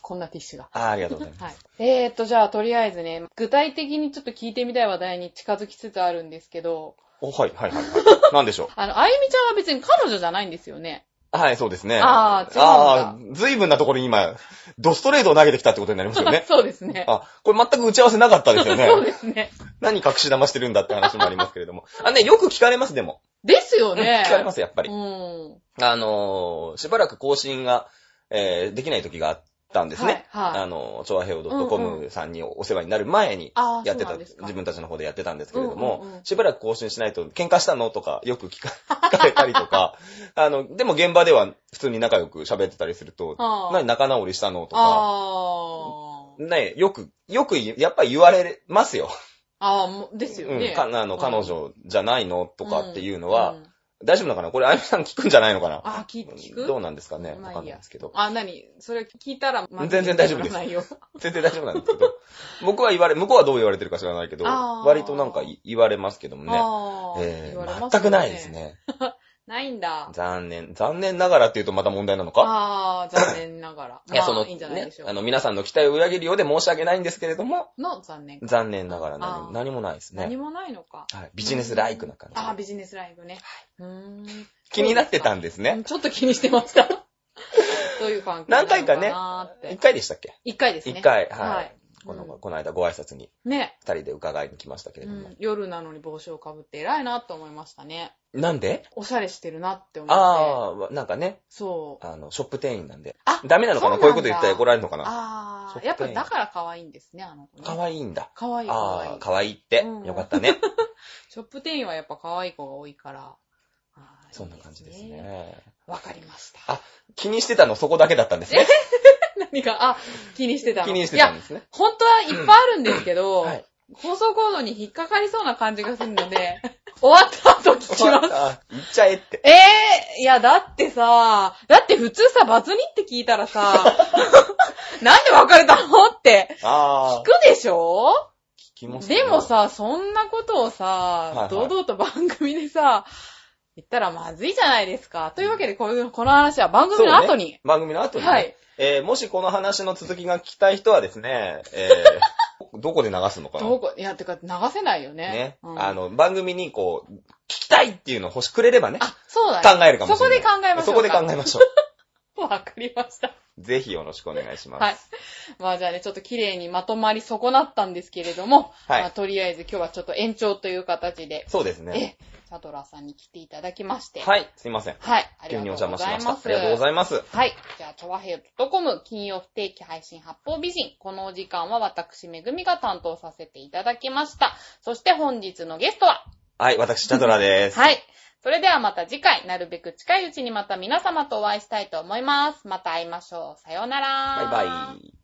Speaker 1: こんなティッシュが。
Speaker 2: あーありがとうござ
Speaker 1: <laughs>
Speaker 2: います。
Speaker 1: はい。えー、っと、じゃあ、とりあえずね、具体的にちょっと聞いてみたい話題に近づきつつあるんですけど、
Speaker 2: お、はい、はい、はいはい。なんでしょう。
Speaker 1: あの、あゆみちゃんは別に彼女じゃないんですよね。
Speaker 2: はい、そうですね。
Speaker 1: あー違うんだ
Speaker 2: あー、随分なところに今、ドストレートを投げてきたってことになりますよね。
Speaker 1: <laughs> そうですね。
Speaker 2: あ、これ全く打ち合わせなかったですよね。
Speaker 1: <laughs> そうですね。
Speaker 2: 何隠し玉してるんだって話もありますけれども。あ、ね、よく聞かれます、でも。
Speaker 1: ですよ
Speaker 2: <laughs>
Speaker 1: ね。、
Speaker 2: 聞かれますす、やっぱり
Speaker 1: う。ん。
Speaker 2: あのー、しばらく更新が、えーできない時があったんですね。
Speaker 1: はいはい
Speaker 2: あのー、調和平
Speaker 1: う
Speaker 2: 和
Speaker 1: んう
Speaker 2: .com さんにお世話になる前に
Speaker 1: ああ、
Speaker 2: やって
Speaker 1: そう
Speaker 2: た、
Speaker 1: なんですか
Speaker 2: 自分たちの方でやってたんですけれども、
Speaker 1: うんうんうん
Speaker 2: しばらく更新しないと、喧嘩したのとか、よく聞か <laughs> 聞かれたりとか、あの、でも現場では普通に仲良く喋ってたりすると、
Speaker 1: あー
Speaker 2: 何仲直りしたのとか、
Speaker 1: あー。
Speaker 2: ね、よく、よく言う、やっぱり言われますよ。
Speaker 1: あーもうですよ
Speaker 2: う
Speaker 1: ね
Speaker 2: ん、。かあの、彼女じゃないのとかっていうのは、
Speaker 1: うんうん
Speaker 2: 大丈夫なのかなこれ、あゆみさん聞くんじゃないのかな
Speaker 1: あー、聞聞く
Speaker 2: どうなんですかね
Speaker 1: まあいいや
Speaker 2: わかんないですけど。
Speaker 1: あ、なにそれ聞いたら、まずい
Speaker 2: 全然大丈夫です
Speaker 1: ならないよ
Speaker 2: 全然大丈夫なんですけど。 <laughs> 僕は言われ、向こうはどう言われてるか知らないけど、
Speaker 1: あー
Speaker 2: 割となんかい言われますけどもね。
Speaker 1: あー
Speaker 2: え
Speaker 1: 言われます
Speaker 2: ー、
Speaker 1: ね
Speaker 2: 全くないです。ね。
Speaker 1: ないんだ。
Speaker 2: 残念。残念ながらっていうとまた問題なのか
Speaker 1: ああ、残念ながら。
Speaker 2: いや、
Speaker 1: まあ
Speaker 2: その、
Speaker 1: いいんじゃないで
Speaker 2: ね
Speaker 1: しょう、か
Speaker 2: あ。の、皆さんの期待を裏切るようで申し訳ないんですけれども、
Speaker 1: の残念。
Speaker 2: 残念ながら何
Speaker 1: あー
Speaker 2: も何もないです
Speaker 1: 何
Speaker 2: ね。
Speaker 1: もないのか。
Speaker 2: はい、ビジネスライクな感
Speaker 1: ああ、
Speaker 2: じ。
Speaker 1: ビジネスライブね。うーん。
Speaker 2: 気になってたんです
Speaker 1: う
Speaker 2: ね
Speaker 1: ん。ちょっと気にしてました。 <laughs> どういう関係なのかなーって
Speaker 2: 何回一。回でしたっけ
Speaker 1: 一回ですね。
Speaker 2: 一。回、
Speaker 1: は
Speaker 2: はいい。この
Speaker 1: うん
Speaker 2: この間ご挨拶に
Speaker 1: ね。
Speaker 2: 二人で伺いに来ましたけれ
Speaker 1: う
Speaker 2: ども
Speaker 1: ん。夜なのに帽子をかぶって偉いなって思いましたね。
Speaker 2: なんで
Speaker 1: おしゃれしてるなって思って。
Speaker 2: ああ、なんかね、
Speaker 1: そう。
Speaker 2: あの、ショップ店員なんで。
Speaker 1: あ
Speaker 2: ダメなのかな
Speaker 1: そうなんだ
Speaker 2: こういうこと言ったら怒られるのかな
Speaker 1: あ
Speaker 2: そっ
Speaker 1: あ、
Speaker 2: か
Speaker 1: やっぱだから可愛いんですね、あの子ね。
Speaker 2: か
Speaker 1: いい。
Speaker 2: わいいんだ。
Speaker 1: 可愛い、可愛
Speaker 2: ああ
Speaker 1: い、。
Speaker 2: かわいいって
Speaker 1: うん。
Speaker 2: よかった
Speaker 1: <laughs>
Speaker 2: ね。
Speaker 1: ショップ店員はやっぱ可愛い子が多いから。あー
Speaker 2: そんな感じです。ね。
Speaker 1: わかりました。
Speaker 2: あ気にしてたのそこだけだったんですね。
Speaker 1: 何か、あ、気にしてたの
Speaker 2: 気にして
Speaker 1: い
Speaker 2: た
Speaker 1: や
Speaker 2: ん、ですね。
Speaker 1: 本当はいっぱいあるんですけど、
Speaker 2: はい。
Speaker 1: 放送コードに引っかかりそうな感じがするので、 <laughs> 終わった後聞きます。
Speaker 2: あ言っちゃえって。
Speaker 1: ええいや、だってさ、だって普通さ、バズにって聞いたら
Speaker 2: <laughs>
Speaker 1: さ、なんで別れたのって
Speaker 2: あ
Speaker 1: 聞
Speaker 2: あ。
Speaker 1: くでしょ
Speaker 2: 聞きますね
Speaker 1: でも、さ、そんなことを
Speaker 2: いは
Speaker 1: さ
Speaker 2: い、
Speaker 1: 堂々と番組でさ、言ったらまずいじゃないですか。というわけで、このこの話は番組の後に。
Speaker 2: 番組の後にね。
Speaker 1: はい。
Speaker 2: えーもしこの話の続きが聞きたい人はですね、えー <laughs> どこで流すのかな
Speaker 1: どこ、いや、てか流せないよね。
Speaker 2: ね。
Speaker 1: うん
Speaker 2: あの、番組にこう、聞きたいっていうのを欲しくれればね。
Speaker 1: あ、そうだね。
Speaker 2: 考えるかもしれない。
Speaker 1: そこで考えましょうか
Speaker 2: そこで考えましょ
Speaker 1: <laughs>
Speaker 2: う。
Speaker 1: わかりました。
Speaker 2: ぜひよろしくお願いします。
Speaker 1: はい。まあじゃあね、ちょっと綺麗にまとまり損なったんですけれども、
Speaker 2: はい
Speaker 1: まあとりあえず今日はちょっと延長という形で、
Speaker 2: そうですね。
Speaker 1: え、サドラーさんに来ていただきまして、い。
Speaker 2: はい、すいません。
Speaker 1: はい。あり
Speaker 2: 急
Speaker 1: が
Speaker 2: に
Speaker 1: と
Speaker 2: お
Speaker 1: う
Speaker 2: 邪
Speaker 1: ご
Speaker 2: 魔し
Speaker 1: ざい
Speaker 2: ました
Speaker 1: ま。す。
Speaker 2: ありがとうございます。
Speaker 1: はい。じゃあ、ちょわへよ .com 金曜不定期配信発泡美人。このお時間は私、めぐみが担当させていただきました。そして本日のゲストは、
Speaker 2: はい、私、チャドラです。
Speaker 1: はい。それではまた次回、なるべく近いうちにまた皆様とお会いしたいと思います。また会いましょう。さようなら。
Speaker 2: バイバイ。